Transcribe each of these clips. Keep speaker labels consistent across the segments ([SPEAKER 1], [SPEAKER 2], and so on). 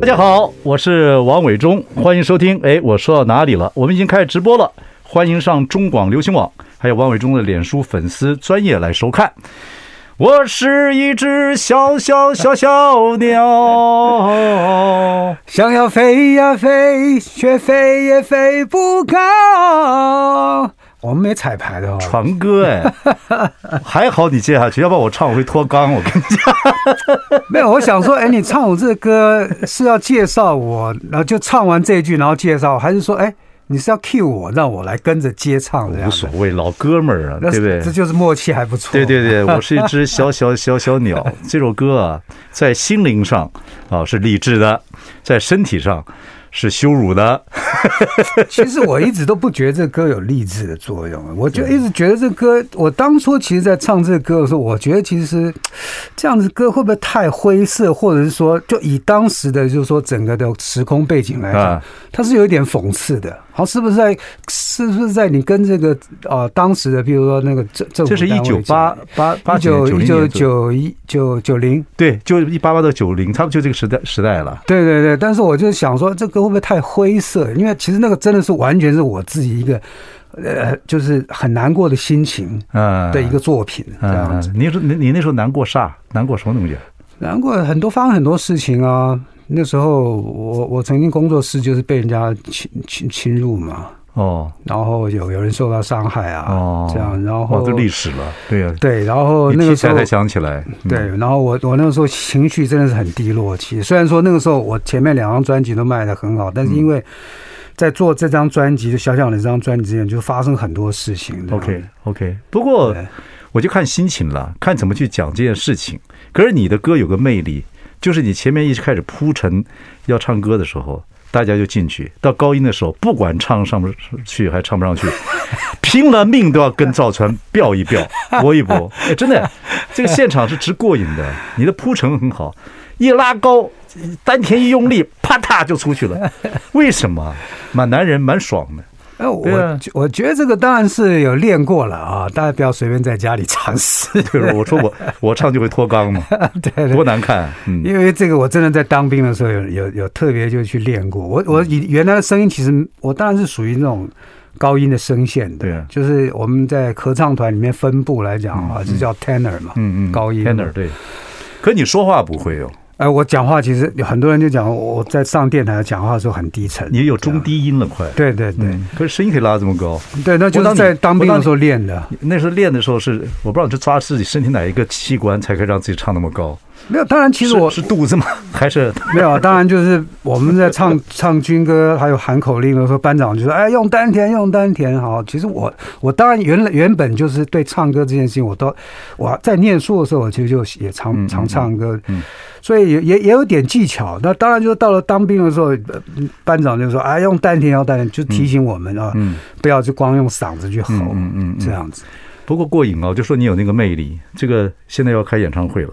[SPEAKER 1] 大家好，我是王伟忠，欢迎收听。哎，我说到哪里了？我们已经开始直播了，欢迎上中广流行网，还有王伟忠的脸书粉丝专业来收看。我是一只小小小小鸟，
[SPEAKER 2] 想要飞呀飞，却飞也飞不高。我们没彩排的哦，
[SPEAKER 1] 传哥 哎，还好你接下去，要不然我唱我会脱肛。我跟你讲，
[SPEAKER 2] 没有。我想说，哎，你唱我这个歌是要介绍我，然后就唱完这一句，然后介绍，还是说，哎，你是要 cue 我，让我来跟着接唱这样
[SPEAKER 1] 无
[SPEAKER 2] 子？
[SPEAKER 1] 所谓，老哥们儿啊，
[SPEAKER 2] 那
[SPEAKER 1] 对不对？
[SPEAKER 2] 这就是默契还不错。
[SPEAKER 1] 对对 对，我是一只小小小小鸟。这首歌啊，在心灵上啊是励志的，在身体上是羞辱的。
[SPEAKER 2] 其实我一直都不觉得这歌有励志的作用， 我就一直觉得这歌，我当初其实，在唱这歌的时候，我觉得其实这样子歌会不会太灰色，或者是说，就以当时的就是说整个的时空背景来讲
[SPEAKER 1] 啊，
[SPEAKER 2] 它是有一点讽刺的。好，是不是在是不是在你跟这个呃当时的，比如说那个政政府
[SPEAKER 1] 这是一九八八八
[SPEAKER 2] 一九
[SPEAKER 1] 九零
[SPEAKER 2] 一九
[SPEAKER 1] 年左右，
[SPEAKER 2] 九一九九零，
[SPEAKER 1] 对，就一八八到九零，差不多就这个时代时代了。
[SPEAKER 2] 对对对，但是我就想说，这个会不会太灰色？因为其实那个真的是完全是我自己一个，呃，就是很难过的心情
[SPEAKER 1] 嗯，
[SPEAKER 2] 的一个作品，这样
[SPEAKER 1] 嗯
[SPEAKER 2] 子。，
[SPEAKER 1] 你说你你那时候难过啥？难过什么东西？
[SPEAKER 2] 难过很多，发生很多事情啊。那时候我我曾经工作室就是被人家侵侵侵入嘛，
[SPEAKER 1] 哦
[SPEAKER 2] 然后有有人受到伤害啊，
[SPEAKER 1] 哦，
[SPEAKER 2] 这样，然
[SPEAKER 1] 哇
[SPEAKER 2] 后
[SPEAKER 1] 都历史了，对呀、
[SPEAKER 2] 对，然后
[SPEAKER 1] 你
[SPEAKER 2] 那
[SPEAKER 1] 提
[SPEAKER 2] 个
[SPEAKER 1] 起
[SPEAKER 2] 时
[SPEAKER 1] 来
[SPEAKER 2] 候
[SPEAKER 1] 才想起来，嗯
[SPEAKER 2] 对，然后我我那个时候情绪真的是很低落，其实虽然说那个时候我前面两张专辑都卖的很好，但
[SPEAKER 1] 嗯
[SPEAKER 2] 是因为在做这张专辑《就小小的》这张专辑之前，就发生很多事情。这样
[SPEAKER 1] OK OK，不过
[SPEAKER 2] 对
[SPEAKER 1] 我就看心情了，看怎么去讲这件事情。可是你的歌有个魅力，就是你前面一开始铺陈要唱歌的时候，大家就进去，到高音的时候，不管唱上不去还唱不 上去，拼了命都要跟赵传飙一飙， 搏一搏。哎，真的，这个现场是直过瘾的，你的铺陈很好，一拉高。丹田一用力，啪嗒就出去了。为什么？蛮男人，蛮爽的。
[SPEAKER 2] 哎，我
[SPEAKER 1] 对啊
[SPEAKER 2] 我觉得这个当然是有练过了啊，大家不要随便在家里 尝试。
[SPEAKER 1] 对，我说我我唱就会脱肛 嘛，
[SPEAKER 2] 对对
[SPEAKER 1] 多难看啊。嗯，
[SPEAKER 2] 因为这个，我真的在当兵的时候有有有特别就去练过。我
[SPEAKER 1] 嗯
[SPEAKER 2] 我以原来的声音，其实我当然是属于那种高音的声线的，
[SPEAKER 1] 对啊
[SPEAKER 2] 就是我们在合唱团里面分部来讲啊，就叫 tenor 嘛，
[SPEAKER 1] 嗯嗯，
[SPEAKER 2] 高音
[SPEAKER 1] tenor 对。可你说话不会哦，
[SPEAKER 2] 哎，我讲话其实有很多人就讲我我在上电台讲话的时候很低沉，
[SPEAKER 1] 你有中低音了快。
[SPEAKER 2] 对对对、
[SPEAKER 1] 嗯，啊可是声音可以拉这么高。
[SPEAKER 2] 对，那就是在当兵的时候练的。
[SPEAKER 1] 那时候练的时候是，我不知道你是抓自己身体哪一个器官才可以让自己唱那么高。
[SPEAKER 2] 没有，当然其实我
[SPEAKER 1] 是是肚子吗？还是
[SPEAKER 2] 没有，当然就是我们在唱 唱军歌还有喊口令的时候，班长就说：“哎，用丹田，用丹田。”好，其实我我当然原来原本就是对唱歌这件事情，我都我在念书的时候，我其实就也
[SPEAKER 1] 嗯
[SPEAKER 2] 常
[SPEAKER 1] 嗯
[SPEAKER 2] 常唱歌，
[SPEAKER 1] 嗯
[SPEAKER 2] 所以也也也有点技巧。那当然就是到了当兵的时候，呃班长就说：“哎，用丹田，用丹田。”就提醒我们啊，
[SPEAKER 1] 嗯
[SPEAKER 2] 不要就光用嗓子去吼，
[SPEAKER 1] 嗯嗯嗯嗯
[SPEAKER 2] 这样子。
[SPEAKER 1] 不过过瘾哦，就说你有那个魅力。这个现在要开演唱会了，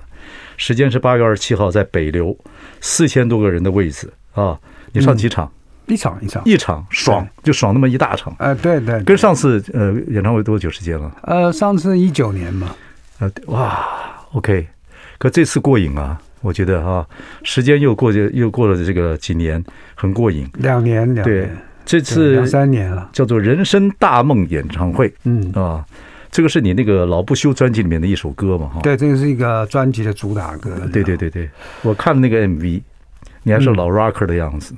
[SPEAKER 1] 时间是八月二十七号在北流，四千多个人的位置啊。你上几场？
[SPEAKER 2] 一场一场，
[SPEAKER 1] 一场爽就爽那么一大场。
[SPEAKER 2] 呃，对对，
[SPEAKER 1] 跟上次呃演唱会多久时间了？
[SPEAKER 2] 呃上次一九年嘛，
[SPEAKER 1] 呃，哇，OK，可这次过瘾啊，我觉得啊，时间又过去，又过了这个几年，很过瘾。
[SPEAKER 2] 两年两
[SPEAKER 1] 对
[SPEAKER 2] 年，，
[SPEAKER 1] 这
[SPEAKER 2] 对
[SPEAKER 1] 次
[SPEAKER 2] 两三年了，
[SPEAKER 1] 叫做《人生大梦演唱会
[SPEAKER 2] 嗯》。
[SPEAKER 1] 啊，这个是你那个老不休专辑里面的一首歌嘛，哈。
[SPEAKER 2] 对，这个是一个专辑的主打歌。
[SPEAKER 1] 啊对对对对，我看了那个 MV，你还是
[SPEAKER 2] 嗯
[SPEAKER 1] 老 rocker 的样子，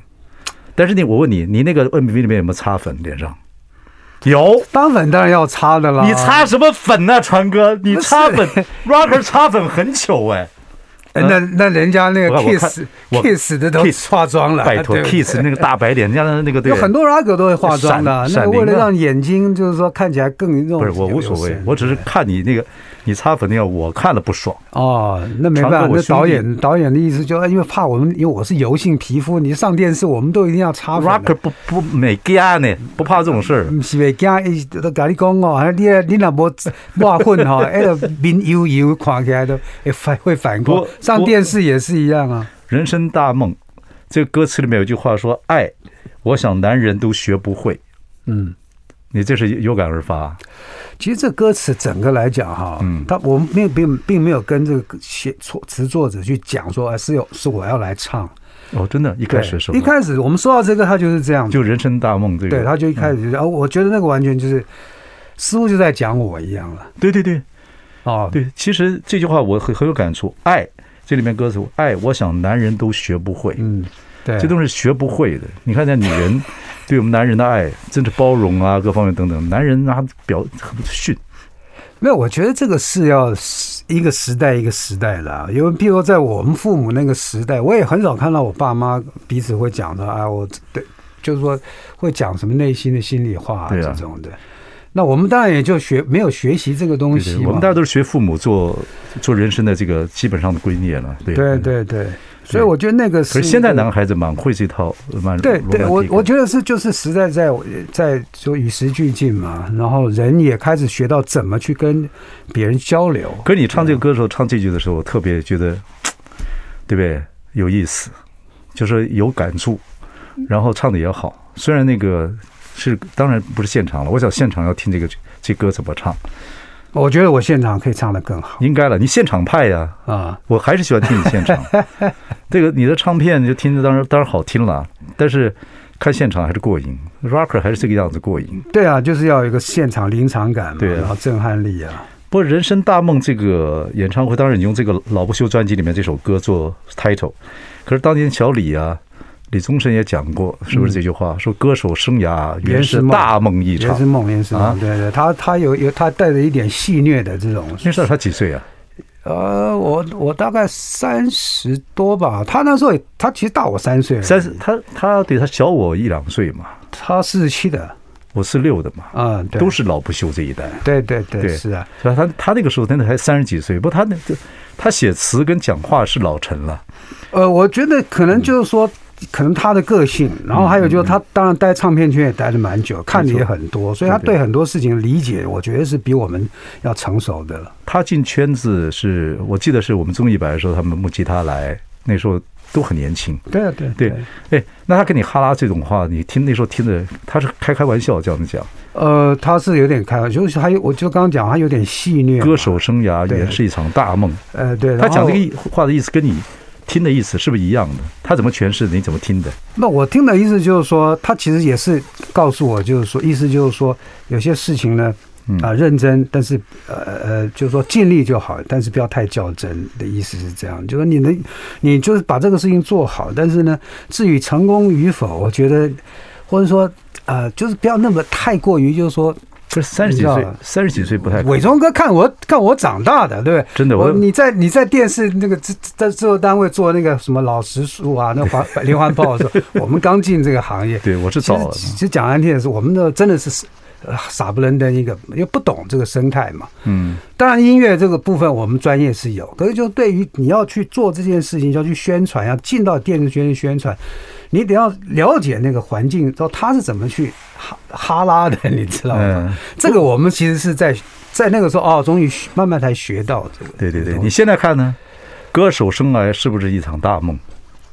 [SPEAKER 1] 但是你我问你，你那个 MV 里面有没有擦粉脸上？有。
[SPEAKER 2] 当粉当然要擦的啦。
[SPEAKER 1] 你擦什么粉呐、川哥？你
[SPEAKER 2] 啊不是
[SPEAKER 1] 擦粉，rocker 擦粉很糗哎、
[SPEAKER 2] 哎？那那人家那
[SPEAKER 1] 我
[SPEAKER 2] 个
[SPEAKER 1] 看我看
[SPEAKER 2] kiss
[SPEAKER 1] 我
[SPEAKER 2] kiss 的都
[SPEAKER 1] Kiss，
[SPEAKER 2] 化妆了，
[SPEAKER 1] 拜托
[SPEAKER 2] 对不对
[SPEAKER 1] ，Kiss 那个大白脸，人家的那个对
[SPEAKER 2] 有很多 rock 都会化妆的，
[SPEAKER 1] 闪闪
[SPEAKER 2] 那个
[SPEAKER 1] 灵啊
[SPEAKER 2] 为了让眼睛就是说看起来更那种
[SPEAKER 1] 不是我无所
[SPEAKER 2] 有
[SPEAKER 1] 谓
[SPEAKER 2] 神，
[SPEAKER 1] 我只是看你那个你擦粉那样，我看了不爽。
[SPEAKER 2] 哦，那没办
[SPEAKER 1] 常
[SPEAKER 2] 法，
[SPEAKER 1] 跟我
[SPEAKER 2] 那导
[SPEAKER 1] 兄
[SPEAKER 2] 演导演的意思就是因为怕我们，因为我是油性皮肤，你上电视我们都一定要擦粉的嗯
[SPEAKER 1] Rocker 不不美家呢，不怕这种事儿。
[SPEAKER 2] 唔是袂惊，伊都甲你讲哦，啊你你若无抹粉吼，迄个面油油，看起来都会反会反
[SPEAKER 1] 不
[SPEAKER 2] 光。上
[SPEAKER 1] 不
[SPEAKER 2] 电视也是一样啊。
[SPEAKER 1] 人生大梦，这个歌词里面有句话说：“爱，我想男人都学不会。”
[SPEAKER 2] 嗯，
[SPEAKER 1] 你这是有感而发。啊
[SPEAKER 2] 其实这歌词整个来讲哈，
[SPEAKER 1] 嗯
[SPEAKER 2] 他我们并并并没有跟这个写作词作者去讲说，哎，是有是我要来唱。
[SPEAKER 1] 哦，真的，一开始的时候，
[SPEAKER 2] 一开始我们说到这个，他就是这样子，
[SPEAKER 1] 就人生大梦这个，
[SPEAKER 2] 对，他就一开始就是，哦，我觉得那个完全就是似乎就在讲我一样了。
[SPEAKER 1] 对对对
[SPEAKER 2] 哦，
[SPEAKER 1] 对，其实这句话我很很有感触。爱这里面歌词，爱，我想男人都学不会，
[SPEAKER 2] 嗯，对，
[SPEAKER 1] 这都是学不会的。你看，那女 人对我们男人的爱，真是包容啊，各方面等等，男人拿表很训，
[SPEAKER 2] 没有，我觉得这个是要一个时代一个时代啦。因为譬如说在我们父母那个时代，我也很少看到我爸妈彼此会讲的啊，我对，就是说会讲什么内心的心里话、
[SPEAKER 1] 对啊
[SPEAKER 2] 这种的。那我们当然也就学没有学习这个东
[SPEAKER 1] 对
[SPEAKER 2] 西
[SPEAKER 1] 对
[SPEAKER 2] 嘛。
[SPEAKER 1] 我们大家都是学父母做做人生的这个基本上的圭臬了，对嗯
[SPEAKER 2] 对。对对，所以我觉得那个是
[SPEAKER 1] 可是现在
[SPEAKER 2] 一个
[SPEAKER 1] 男孩子蛮会这套，蛮
[SPEAKER 2] 对对，我
[SPEAKER 1] romantic 的
[SPEAKER 2] 我觉得是就是时代在在说与时俱进嘛，然后人也开始学到怎么去跟别人交流。
[SPEAKER 1] 可是你唱这个歌的时候，唱这句的时候，我特别觉得，对不对？有意思，就是有感触，然后唱的也好。虽然那个是当然不是现场了，我想现场要听这个这歌怎么唱，
[SPEAKER 2] 我觉得我现场可以唱得更好
[SPEAKER 1] 应该了。你现场派呀，
[SPEAKER 2] 啊。
[SPEAKER 1] 我还是喜欢听你现场。 这个你的唱片就听着当然当然好听了，啊但是看现场还是过瘾，rocker 还是这个样子过瘾。
[SPEAKER 2] 对啊，就是要有一个现场临场感嘛，
[SPEAKER 1] 对啊
[SPEAKER 2] 然后震撼力啊。
[SPEAKER 1] 不过《人生大梦》这个演唱会，当然你用这个《老不休》专辑里面这首歌做 title，可是当年小李啊，李宗盛也讲过，是不是这句话？说歌手生涯原是大梦一
[SPEAKER 2] 嗯原
[SPEAKER 1] 场
[SPEAKER 2] 是。梦，原是梦，
[SPEAKER 1] 啊
[SPEAKER 2] 对对，他他有有他带着一点戏谑的这种。
[SPEAKER 1] 那时候他几岁啊？
[SPEAKER 2] 呃，我我大概三十多吧，他那时候也他其实大我三岁而已，
[SPEAKER 1] 三十，他他对他小我一两岁嘛，
[SPEAKER 2] 他四十七的，
[SPEAKER 1] 我四六的嘛，
[SPEAKER 2] 嗯，对
[SPEAKER 1] 都是老不休这一代。
[SPEAKER 2] 对对对，
[SPEAKER 1] 对
[SPEAKER 2] 是啊，
[SPEAKER 1] 是吧？他他那个时候真的才三十几岁，不过他那他写词跟讲话是老成了。
[SPEAKER 2] 呃，我觉得可能就是说，可能他的个性，然后还有
[SPEAKER 1] 嗯
[SPEAKER 2] 就是他当然待唱片圈也待了蛮久，看的也很多，所以他
[SPEAKER 1] 对对
[SPEAKER 2] 对很多事情理解，我觉得是比我们要成熟的了。
[SPEAKER 1] 他进圈子是我记得是我们综艺版的时候，他们木吉他来，那时候都很年轻。
[SPEAKER 2] 对啊，对
[SPEAKER 1] 对，哎，那他跟你哈拉这种话，你听那时候听的，他是开开玩笑这样子讲，
[SPEAKER 2] 呃，他是有点开玩笑，就是还有，我就刚刚讲，他有点戏谑嘛。
[SPEAKER 1] 歌手生涯
[SPEAKER 2] 对
[SPEAKER 1] 也是一场大梦。
[SPEAKER 2] 呃，对，
[SPEAKER 1] 他讲这个
[SPEAKER 2] 然后
[SPEAKER 1] 意话的意思跟你听的意思是不是一样的？他怎么诠释的？你怎么听的？
[SPEAKER 2] 那我听的意思就是说，他其实也是告诉我，就是说，意思就是说，有些事情呢，
[SPEAKER 1] 嗯
[SPEAKER 2] 啊、认真，但是呃呃，就是说尽力就好，但是不要太较真的意思是这样，就是你能，你就是把这个事情做好，但是呢，至于成功与否，我觉得，或者说呃，就是不要那么太过于，就是说，
[SPEAKER 1] 不是三十几
[SPEAKER 2] 你知
[SPEAKER 1] 岁
[SPEAKER 2] 道，
[SPEAKER 1] 三十几岁不太可能
[SPEAKER 2] 伟忠哥看我看我长大的，对不对？
[SPEAKER 1] 真的。
[SPEAKER 2] 我
[SPEAKER 1] 我
[SPEAKER 2] 你在你在电视那个制在制作单位做那个什么老实树啊，那环 连环炮的时候，我们刚进这个行业，
[SPEAKER 1] 对我是
[SPEAKER 2] 其实
[SPEAKER 1] 早了，
[SPEAKER 2] 其实讲难听的是，我们的真的是呃傻不愣登一个，因为不懂这个生态嘛。
[SPEAKER 1] 嗯，
[SPEAKER 2] 当然，音乐这个部分我们专业是有，可是就对于你要去做这件事情，要去宣传，要进到电视圈去宣传，你得要了解那个环境，知道他是怎么去哈哈拉的，你知道吗？
[SPEAKER 1] 嗯
[SPEAKER 2] 这个我们其实是在在那个时候哦，终于学慢慢才学到这个。
[SPEAKER 1] 对对对。你现在看呢，歌手生涯是不是一场大梦？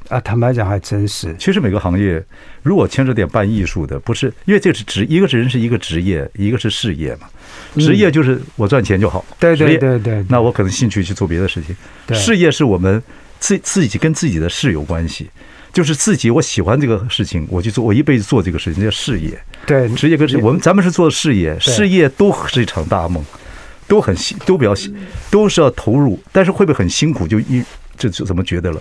[SPEAKER 2] 啊，坦白讲还真是。
[SPEAKER 1] 其实每个行业，如果牵扯点办艺术的，不是因为这是职，一个是人是一个职业，一个是事业嘛。职业就是我赚钱就好，
[SPEAKER 2] 嗯对
[SPEAKER 1] 职
[SPEAKER 2] 对
[SPEAKER 1] 业
[SPEAKER 2] 对对，
[SPEAKER 1] 那我可能兴趣去做别的事情。
[SPEAKER 2] 对
[SPEAKER 1] 事业是我们自自己跟自己的事有关系，就是自己我喜欢这个事情，我去做，我一辈子做这个事情叫事业。
[SPEAKER 2] 对
[SPEAKER 1] 职业跟事业我们咱们是做事业，事业都是一场大梦，都很辛，都比较辛，都是要投入，但是会不会很辛苦？就一这就怎么觉得了？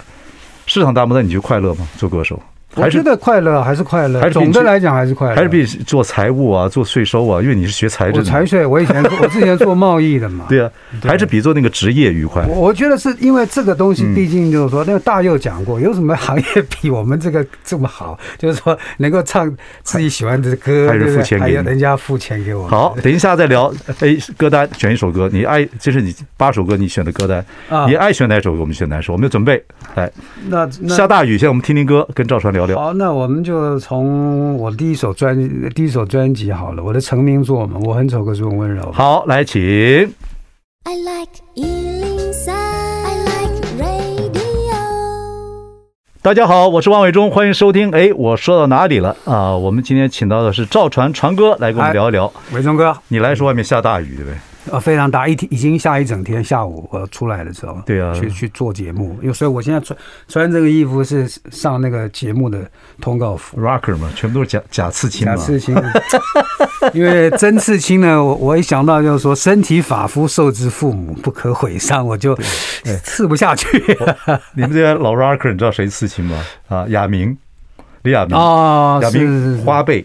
[SPEAKER 1] 市场大梦，那你就快乐吗？做歌手
[SPEAKER 2] 我
[SPEAKER 1] 还是
[SPEAKER 2] 觉得快乐还是快乐
[SPEAKER 1] 还，是比
[SPEAKER 2] 总的
[SPEAKER 1] 去
[SPEAKER 2] 来讲还是快乐。
[SPEAKER 1] 还是比做财务啊、做税收啊，因为你是学财政
[SPEAKER 2] 我
[SPEAKER 1] 的，
[SPEAKER 2] 财税，我以前我之前做贸易的嘛。
[SPEAKER 1] 对啊，
[SPEAKER 2] 对
[SPEAKER 1] 还是比做那个职业愉快。
[SPEAKER 2] 我我觉得是因为这个东
[SPEAKER 1] 嗯
[SPEAKER 2] 西，毕竟就是说，那个大佑讲过，有什么行业比我们这个这么好？就是说，能够唱自己喜欢的歌，
[SPEAKER 1] 嗯还有人
[SPEAKER 2] 对不
[SPEAKER 1] 付
[SPEAKER 2] 对？
[SPEAKER 1] 钱给
[SPEAKER 2] 还
[SPEAKER 1] 你
[SPEAKER 2] 有人家付钱给我们。
[SPEAKER 1] 好，等一下再聊。哎，歌单选一首歌，你爱，这是你八首歌你选的歌单，
[SPEAKER 2] 啊
[SPEAKER 1] 你爱选哪首歌我们选哪首，我们有准备。来，
[SPEAKER 2] 那那
[SPEAKER 1] 下大雨，现在我们听听歌，跟赵传聊聊。
[SPEAKER 2] 好，那我们就从我第一首专第一首专辑好了，我的成名作嘛，我很丑可是我温柔。
[SPEAKER 1] 好，来，请。
[SPEAKER 3] I like Ealing Sound. I like radio.
[SPEAKER 1] 大家好，我是王伟忠，欢迎收听。哎，我说到哪里了啊？我们今天请到的是赵传传哥来跟我们
[SPEAKER 2] 哎
[SPEAKER 1] 聊一聊。
[SPEAKER 2] 伟忠哥，
[SPEAKER 1] 你来说外面下大雨，对不对？
[SPEAKER 2] 呃，非常大，一天已经下一整天。下午我出来的时候，
[SPEAKER 1] 对啊
[SPEAKER 2] 去去做节目，因为所以我现在穿穿这个衣服是上那个节目的通告服。
[SPEAKER 1] rocker 嘛，全部都是假假刺青
[SPEAKER 2] 假
[SPEAKER 1] 嘛。
[SPEAKER 2] 刺青， 因为真刺青呢，我我一想到就是说身体发肤受之父母，不可毁伤，我就呃刺不下去
[SPEAKER 1] 你们这些老 rocker，你知道谁刺青吗？啊，亚明，李亚明，
[SPEAKER 2] 哦，
[SPEAKER 1] 亚
[SPEAKER 2] 是是
[SPEAKER 1] 明
[SPEAKER 2] 是
[SPEAKER 1] 花贝。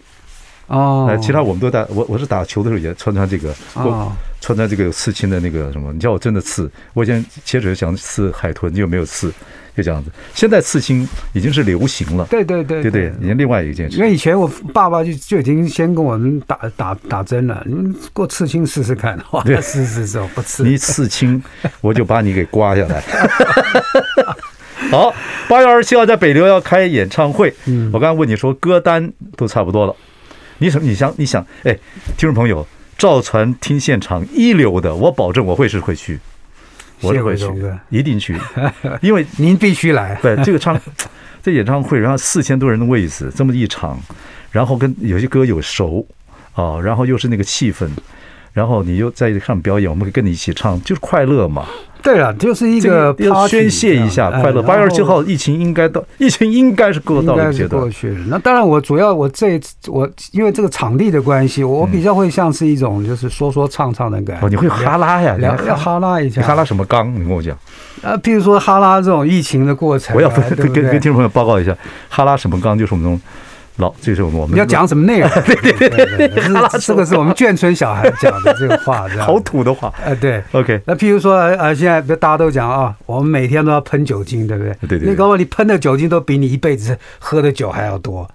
[SPEAKER 2] 哦
[SPEAKER 1] 呃，，其他我们都打，我我是打球的时候也穿穿这个，
[SPEAKER 2] 哦
[SPEAKER 1] 我穿穿这个有刺青的那个什么。你叫我真的刺，我以前切水想刺海豚，又没有刺，就这样子。现在刺青已经是流行了，
[SPEAKER 2] 对对对
[SPEAKER 1] 对对，已经另外一件事
[SPEAKER 2] 因。为以前我爸爸就就已经先跟我们打打打针了，你们给我刺青试试看。 哇，
[SPEAKER 1] 对
[SPEAKER 2] 是是是，我不刺。
[SPEAKER 1] 你刺 青，我就把你给刮下来。好，八月二十七号在北流要开演唱会。
[SPEAKER 2] 嗯
[SPEAKER 1] 我刚才问你说歌单都差不多了，你什你想你想，哎，听众朋友，赵传听现场一流的，我保证我会是会去，我
[SPEAKER 2] 谢
[SPEAKER 1] 是
[SPEAKER 2] 谢
[SPEAKER 1] 会
[SPEAKER 2] 伟
[SPEAKER 1] 去
[SPEAKER 2] 忠哥，
[SPEAKER 1] 一定去，因为
[SPEAKER 2] 您必须 来。
[SPEAKER 1] 对，这个唱这演唱会，然后四千多人的位子，这么一场，然后跟有些歌友熟啊，然后又是那个气氛，然后你又在上表演，我们跟你一起唱，就是快乐嘛，
[SPEAKER 2] 对了，就是一
[SPEAKER 1] 这
[SPEAKER 2] 个
[SPEAKER 1] 个要
[SPEAKER 2] party
[SPEAKER 1] 宣泄一下
[SPEAKER 2] 这样
[SPEAKER 1] 快乐。
[SPEAKER 2] 哎
[SPEAKER 1] 八月二十七
[SPEAKER 2] 然后
[SPEAKER 1] 号，疫情应该到，疫情应该是过
[SPEAKER 2] 应
[SPEAKER 1] 到了
[SPEAKER 2] 该
[SPEAKER 1] 一个阶
[SPEAKER 2] 是
[SPEAKER 1] 段
[SPEAKER 2] 过，去了。那当然，我主要我这一次我因为这个场地的关系，我比较会像是一种就是说说唱唱的感觉。
[SPEAKER 1] 嗯哦，你会哈拉呀？你
[SPEAKER 2] 聊
[SPEAKER 1] 还
[SPEAKER 2] 要哈拉一下，
[SPEAKER 1] 你哈拉什么刚？你跟我讲，
[SPEAKER 2] 啊，譬如说哈拉这种疫情的过程啊，
[SPEAKER 1] 我要跟
[SPEAKER 2] 对
[SPEAKER 1] 跟
[SPEAKER 2] 不
[SPEAKER 1] 跟
[SPEAKER 2] 对
[SPEAKER 1] 听？众朋友报告一下，哈拉什么刚就是我们那种老，就是我们我们
[SPEAKER 2] 你要讲什么内 容？对对对对，
[SPEAKER 1] 哈拉
[SPEAKER 2] 这这个是我们眷村小孩讲的这个话，这样
[SPEAKER 1] 好土的话。
[SPEAKER 2] 呃，对。
[SPEAKER 1] OK，
[SPEAKER 2] 那譬如说，呃，现在不大家都讲啊，我们每天都要喷酒精，对不对？
[SPEAKER 1] 对对对
[SPEAKER 2] 那搞不好你喷的酒精都比你一辈子喝的酒还要多，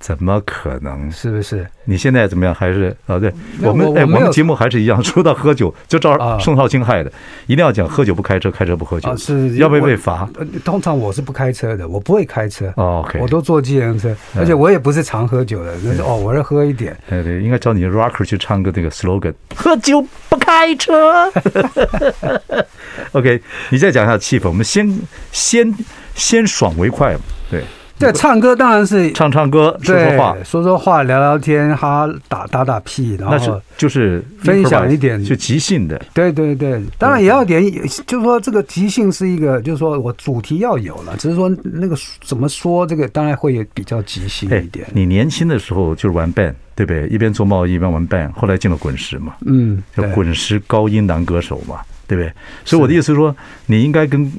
[SPEAKER 1] 怎么可能？
[SPEAKER 2] 是不是？
[SPEAKER 1] 你现在怎么样？还是啊？对，
[SPEAKER 2] 没有
[SPEAKER 1] 我们
[SPEAKER 2] 我
[SPEAKER 1] 哎，
[SPEAKER 2] 我没
[SPEAKER 1] 我们
[SPEAKER 2] 有
[SPEAKER 1] 节目还是一样，说到喝酒就照
[SPEAKER 2] 啊
[SPEAKER 1] 宋少卿害的，一定要讲喝酒不开车，开车不喝酒
[SPEAKER 2] 啊，，是
[SPEAKER 1] 要被
[SPEAKER 2] 我
[SPEAKER 1] 被罚。
[SPEAKER 2] 呃，通常我是不开车的，我不会开车，
[SPEAKER 1] 哦，OK，嗯
[SPEAKER 2] 我都坐计程车，而且我也不是常喝酒的，那是哦，我是喝一点。
[SPEAKER 1] 哎对对，应该找你 rocker 去唱个那个 slogan，喝酒不开车。OK，你再讲一下气氛，我们先先先爽为快嘛，对，
[SPEAKER 2] 对，唱歌当然是
[SPEAKER 1] 唱唱歌，说说话
[SPEAKER 2] 对，说说话，聊聊天，哈打打打屁，然
[SPEAKER 1] 那是
[SPEAKER 2] 后
[SPEAKER 1] 就是
[SPEAKER 2] 分享
[SPEAKER 1] improvise，
[SPEAKER 2] 一点
[SPEAKER 1] 就即兴的，
[SPEAKER 2] 对对对，当然也要点，就是说这个即兴是一个，就是说我主题要有了，只是说那个怎么说这个，当然会有比较即兴
[SPEAKER 1] 哎
[SPEAKER 2] 一点，。
[SPEAKER 1] 你年轻的时候就是玩 band，对不对？一边做贸易一边玩 band，后来进了滚石嘛，
[SPEAKER 2] 嗯，
[SPEAKER 1] 叫
[SPEAKER 2] 对，
[SPEAKER 1] 滚石高音男歌手嘛，对不对？所以我的意思是说，你应该跟你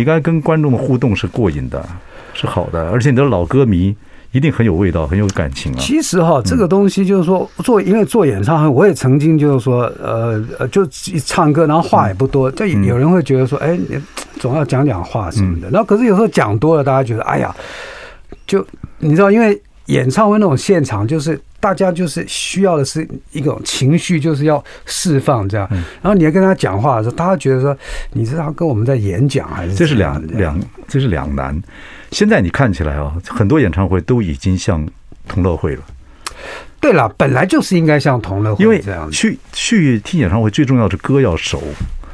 [SPEAKER 1] 应该跟观众的互动是过瘾的，是好的，而且你的老歌迷一定很有味道，很有感情啊。
[SPEAKER 2] 其实哈，这个东西就是说做，因为做演唱会，我也曾经就是说，呃呃，就唱歌，然后话也不
[SPEAKER 1] 嗯
[SPEAKER 2] 多，就有人会觉得说，哎，你总要讲讲话什
[SPEAKER 1] 嗯
[SPEAKER 2] 么的。然后可是有时候讲多了，大家觉得，哎呀，就你知道，因为演唱会那种现场，就是大家就是需要的是一种情绪，就是要释放这样。
[SPEAKER 1] 嗯
[SPEAKER 2] 然后你要跟他讲话的时候，大家觉得说，你是要跟我们在演讲还是
[SPEAKER 1] 这是
[SPEAKER 2] 怎么样
[SPEAKER 1] 两
[SPEAKER 2] 的
[SPEAKER 1] 两，这是两难。现在你看起来啊、很多演唱会都已经像同乐会了，
[SPEAKER 2] 对了，本来就是应该像同乐
[SPEAKER 1] 因
[SPEAKER 2] 会
[SPEAKER 1] 为
[SPEAKER 2] 哦这样子，
[SPEAKER 1] 去去听演唱会最重要是歌要熟。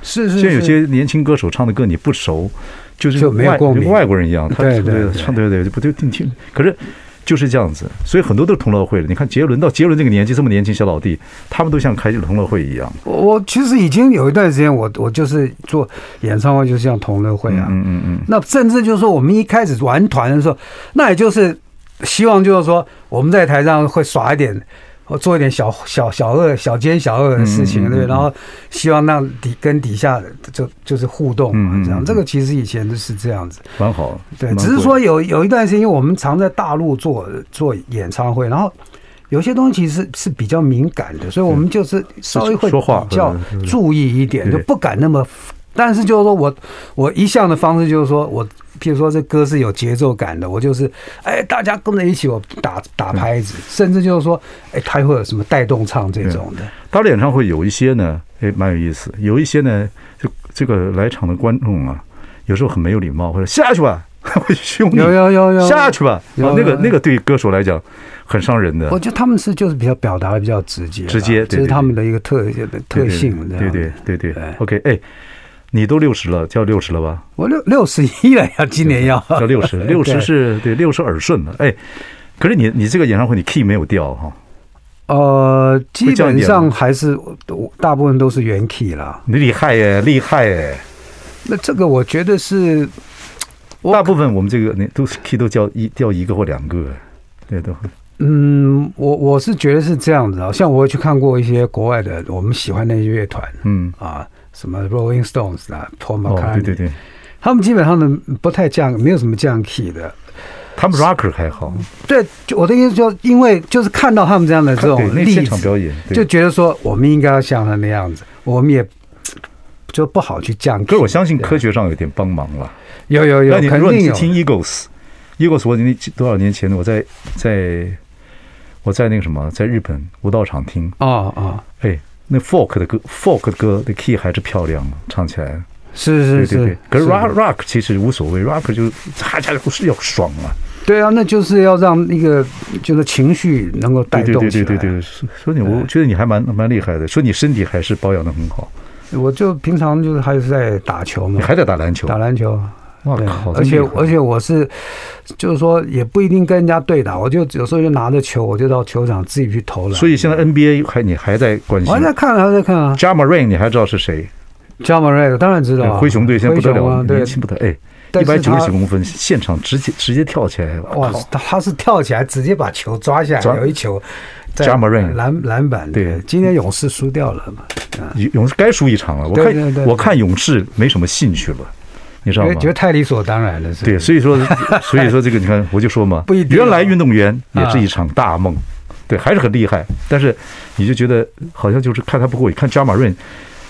[SPEAKER 2] 是是
[SPEAKER 1] 现在有
[SPEAKER 2] 是
[SPEAKER 1] 些年轻歌手唱的歌你不熟，就是
[SPEAKER 2] 就没有
[SPEAKER 1] 外
[SPEAKER 2] 共鸣
[SPEAKER 1] 跟外国人一样，他
[SPEAKER 2] 对对对
[SPEAKER 1] 唱对对，不对，听听。可是就是这样子，所以很多都是同乐会了。你看杰伦到杰伦这个年纪这么年轻小老弟，他们都像开同乐会一样。
[SPEAKER 2] 我我其实已经有一段时间我，我就是做演唱会，就是像同乐会啊。
[SPEAKER 1] 嗯嗯嗯，
[SPEAKER 2] 那甚至就是说，我们一开始玩团的时候，那也就是希望就是说我们在台上会耍一点我做一点小小小恶、小奸小恶的事
[SPEAKER 1] 嗯
[SPEAKER 2] 情，
[SPEAKER 1] 嗯嗯
[SPEAKER 2] 对，
[SPEAKER 1] 嗯
[SPEAKER 2] 然后希望让底跟底下的就就是互动嘛
[SPEAKER 1] 嗯嗯，
[SPEAKER 2] 这样。
[SPEAKER 1] 嗯
[SPEAKER 2] 这个其实以前都是这样子，
[SPEAKER 1] 蛮好。
[SPEAKER 2] 对，
[SPEAKER 1] 蛮
[SPEAKER 2] 只是
[SPEAKER 1] 贵
[SPEAKER 2] 说有有一段时间，因为我们常在大陆做做演唱会，然后有些东西其实是比较敏感的，所以我们就是稍微会
[SPEAKER 1] 说话
[SPEAKER 2] 比较
[SPEAKER 1] 嗯
[SPEAKER 2] 注意一点，就
[SPEAKER 1] 对
[SPEAKER 2] 不敢那么。但是就是说我我一向的方式就是说我，譬如说这歌是有节奏感的，我就是哎大家跟着一起我打打拍子，
[SPEAKER 1] 嗯
[SPEAKER 2] 甚至就是说哎还会有什么带动唱这种的，
[SPEAKER 1] 他的演唱会有一些呢，哎，蛮有意思；有一些呢，就这个来场的观众啊，有时候很没有礼貌，或者下去吧， 会凶你，
[SPEAKER 2] 有有有有
[SPEAKER 1] 下去吧。
[SPEAKER 2] 有
[SPEAKER 1] 啊，那个
[SPEAKER 2] 有
[SPEAKER 1] 那个对歌手来讲很伤人的
[SPEAKER 2] 我，觉得他们是就是比较表达的比较直接啦，
[SPEAKER 1] 直接对
[SPEAKER 2] 这是
[SPEAKER 1] 对
[SPEAKER 2] 他们的一个特特性，这
[SPEAKER 1] 对
[SPEAKER 2] 样
[SPEAKER 1] 对
[SPEAKER 2] 子
[SPEAKER 1] 对对对
[SPEAKER 2] 对。
[SPEAKER 1] OK，哎，你都六十了，叫六十了 吧？
[SPEAKER 2] 我六六十一了呀，今年要
[SPEAKER 1] 叫啊六十，六十是对六十耳顺了。哎，可是你你这个演唱会你 key 没有掉哈，
[SPEAKER 2] 呃，基
[SPEAKER 1] 降一
[SPEAKER 2] 本
[SPEAKER 1] 点吗
[SPEAKER 2] 上还是我大部分都是原 key 啦。
[SPEAKER 1] 你厉害耶，厉害耶！
[SPEAKER 2] 那这个我觉得是我
[SPEAKER 1] 大部分我们这个那都是 key 都叫一掉一个或两个，对都
[SPEAKER 2] 嗯，我我是觉得是这样子啊，像我去看过一些国外的我们喜欢的一些乐团
[SPEAKER 1] 嗯。
[SPEAKER 2] 啊，什么 Rolling Stones 啊，Paul
[SPEAKER 1] 哦，
[SPEAKER 2] McCartney，、
[SPEAKER 1] 对对对，
[SPEAKER 2] 他们基本上呢不太降，没有什么降 key 的。
[SPEAKER 1] 他们 rocker 还好，
[SPEAKER 2] 对，就我的意思就是，因为就是看到他们这样的这
[SPEAKER 1] 啊对
[SPEAKER 2] 种
[SPEAKER 1] 那
[SPEAKER 2] 例
[SPEAKER 1] 现场
[SPEAKER 2] 子，
[SPEAKER 1] 表演，对
[SPEAKER 2] 就觉得说我们应该要像他那样子，我们也就不好去降 key。
[SPEAKER 1] 可是我相信科学上有点帮忙了。
[SPEAKER 2] 有有有
[SPEAKER 1] 那，你
[SPEAKER 2] 肯
[SPEAKER 1] 如果你
[SPEAKER 2] 定
[SPEAKER 1] 是听
[SPEAKER 2] 有。
[SPEAKER 1] Eagles，Eagles 我那多少年前我在在我在那个什么，在日本武道场听，
[SPEAKER 2] 哦哦，
[SPEAKER 1] 哎，那 folk 的歌，folk 的歌的 key 还是漂亮啊，唱起来。
[SPEAKER 2] 是
[SPEAKER 1] 对
[SPEAKER 2] 是
[SPEAKER 1] 对对
[SPEAKER 2] 是，，
[SPEAKER 1] 可是
[SPEAKER 2] 是
[SPEAKER 1] rock rock 其实无所谓，rock 就哈哈是要爽啊，
[SPEAKER 2] 对啊，那就是要让那个就是情绪能够带
[SPEAKER 1] 对对
[SPEAKER 2] 动
[SPEAKER 1] 对
[SPEAKER 2] 起
[SPEAKER 1] 对
[SPEAKER 2] 来。
[SPEAKER 1] 对对，说说你，我觉得你还蛮蛮厉害的，说你身体还是保养的很好，
[SPEAKER 2] 我就平常就是还是在打球
[SPEAKER 1] 你
[SPEAKER 2] 嘛，
[SPEAKER 1] 还在打篮球
[SPEAKER 2] 打，篮球。
[SPEAKER 1] 哇
[SPEAKER 2] 对
[SPEAKER 1] 靠，，
[SPEAKER 2] 而且
[SPEAKER 1] 真厉害
[SPEAKER 2] 而且我是，就是说也不一定跟人家对打，我就有时候就拿着球，我就到球场自己去投篮。
[SPEAKER 1] 所以现在 NBA 还你还在关心
[SPEAKER 2] 我还在看，还在看啊
[SPEAKER 1] j a m a r a n 你还知道是谁？
[SPEAKER 2] j a m a r e 当然知道啊，
[SPEAKER 1] 灰熊队现在不得
[SPEAKER 2] 灰熊
[SPEAKER 1] 了，
[SPEAKER 2] 啊对
[SPEAKER 1] 年，轻不得哎，
[SPEAKER 2] 但
[SPEAKER 1] 一百
[SPEAKER 2] 是
[SPEAKER 1] 九
[SPEAKER 2] 他
[SPEAKER 1] 十几公分，现场直接直接跳起来，哇
[SPEAKER 2] 哇
[SPEAKER 1] 靠！，
[SPEAKER 2] 他他是跳起来直接把球抓下
[SPEAKER 1] 抓
[SPEAKER 2] 来，有一球在
[SPEAKER 1] Jamarin
[SPEAKER 2] 篮篮板。
[SPEAKER 1] 对
[SPEAKER 2] 今天勇士输掉了嘛，
[SPEAKER 1] 勇士该输一场了，我
[SPEAKER 2] 对对
[SPEAKER 1] 看
[SPEAKER 2] 对
[SPEAKER 1] 我看勇士没什么兴趣了，你知道
[SPEAKER 2] 因为
[SPEAKER 1] 吗
[SPEAKER 2] 觉？得太理所当然了，是吧
[SPEAKER 1] 对，所以说 所以说这个你看，我就说嘛，
[SPEAKER 2] 不一定啊
[SPEAKER 1] 原来运动员也是一场大梦，对，还是很厉害，但是你就觉得好像就是看他不过瘾，看加马润。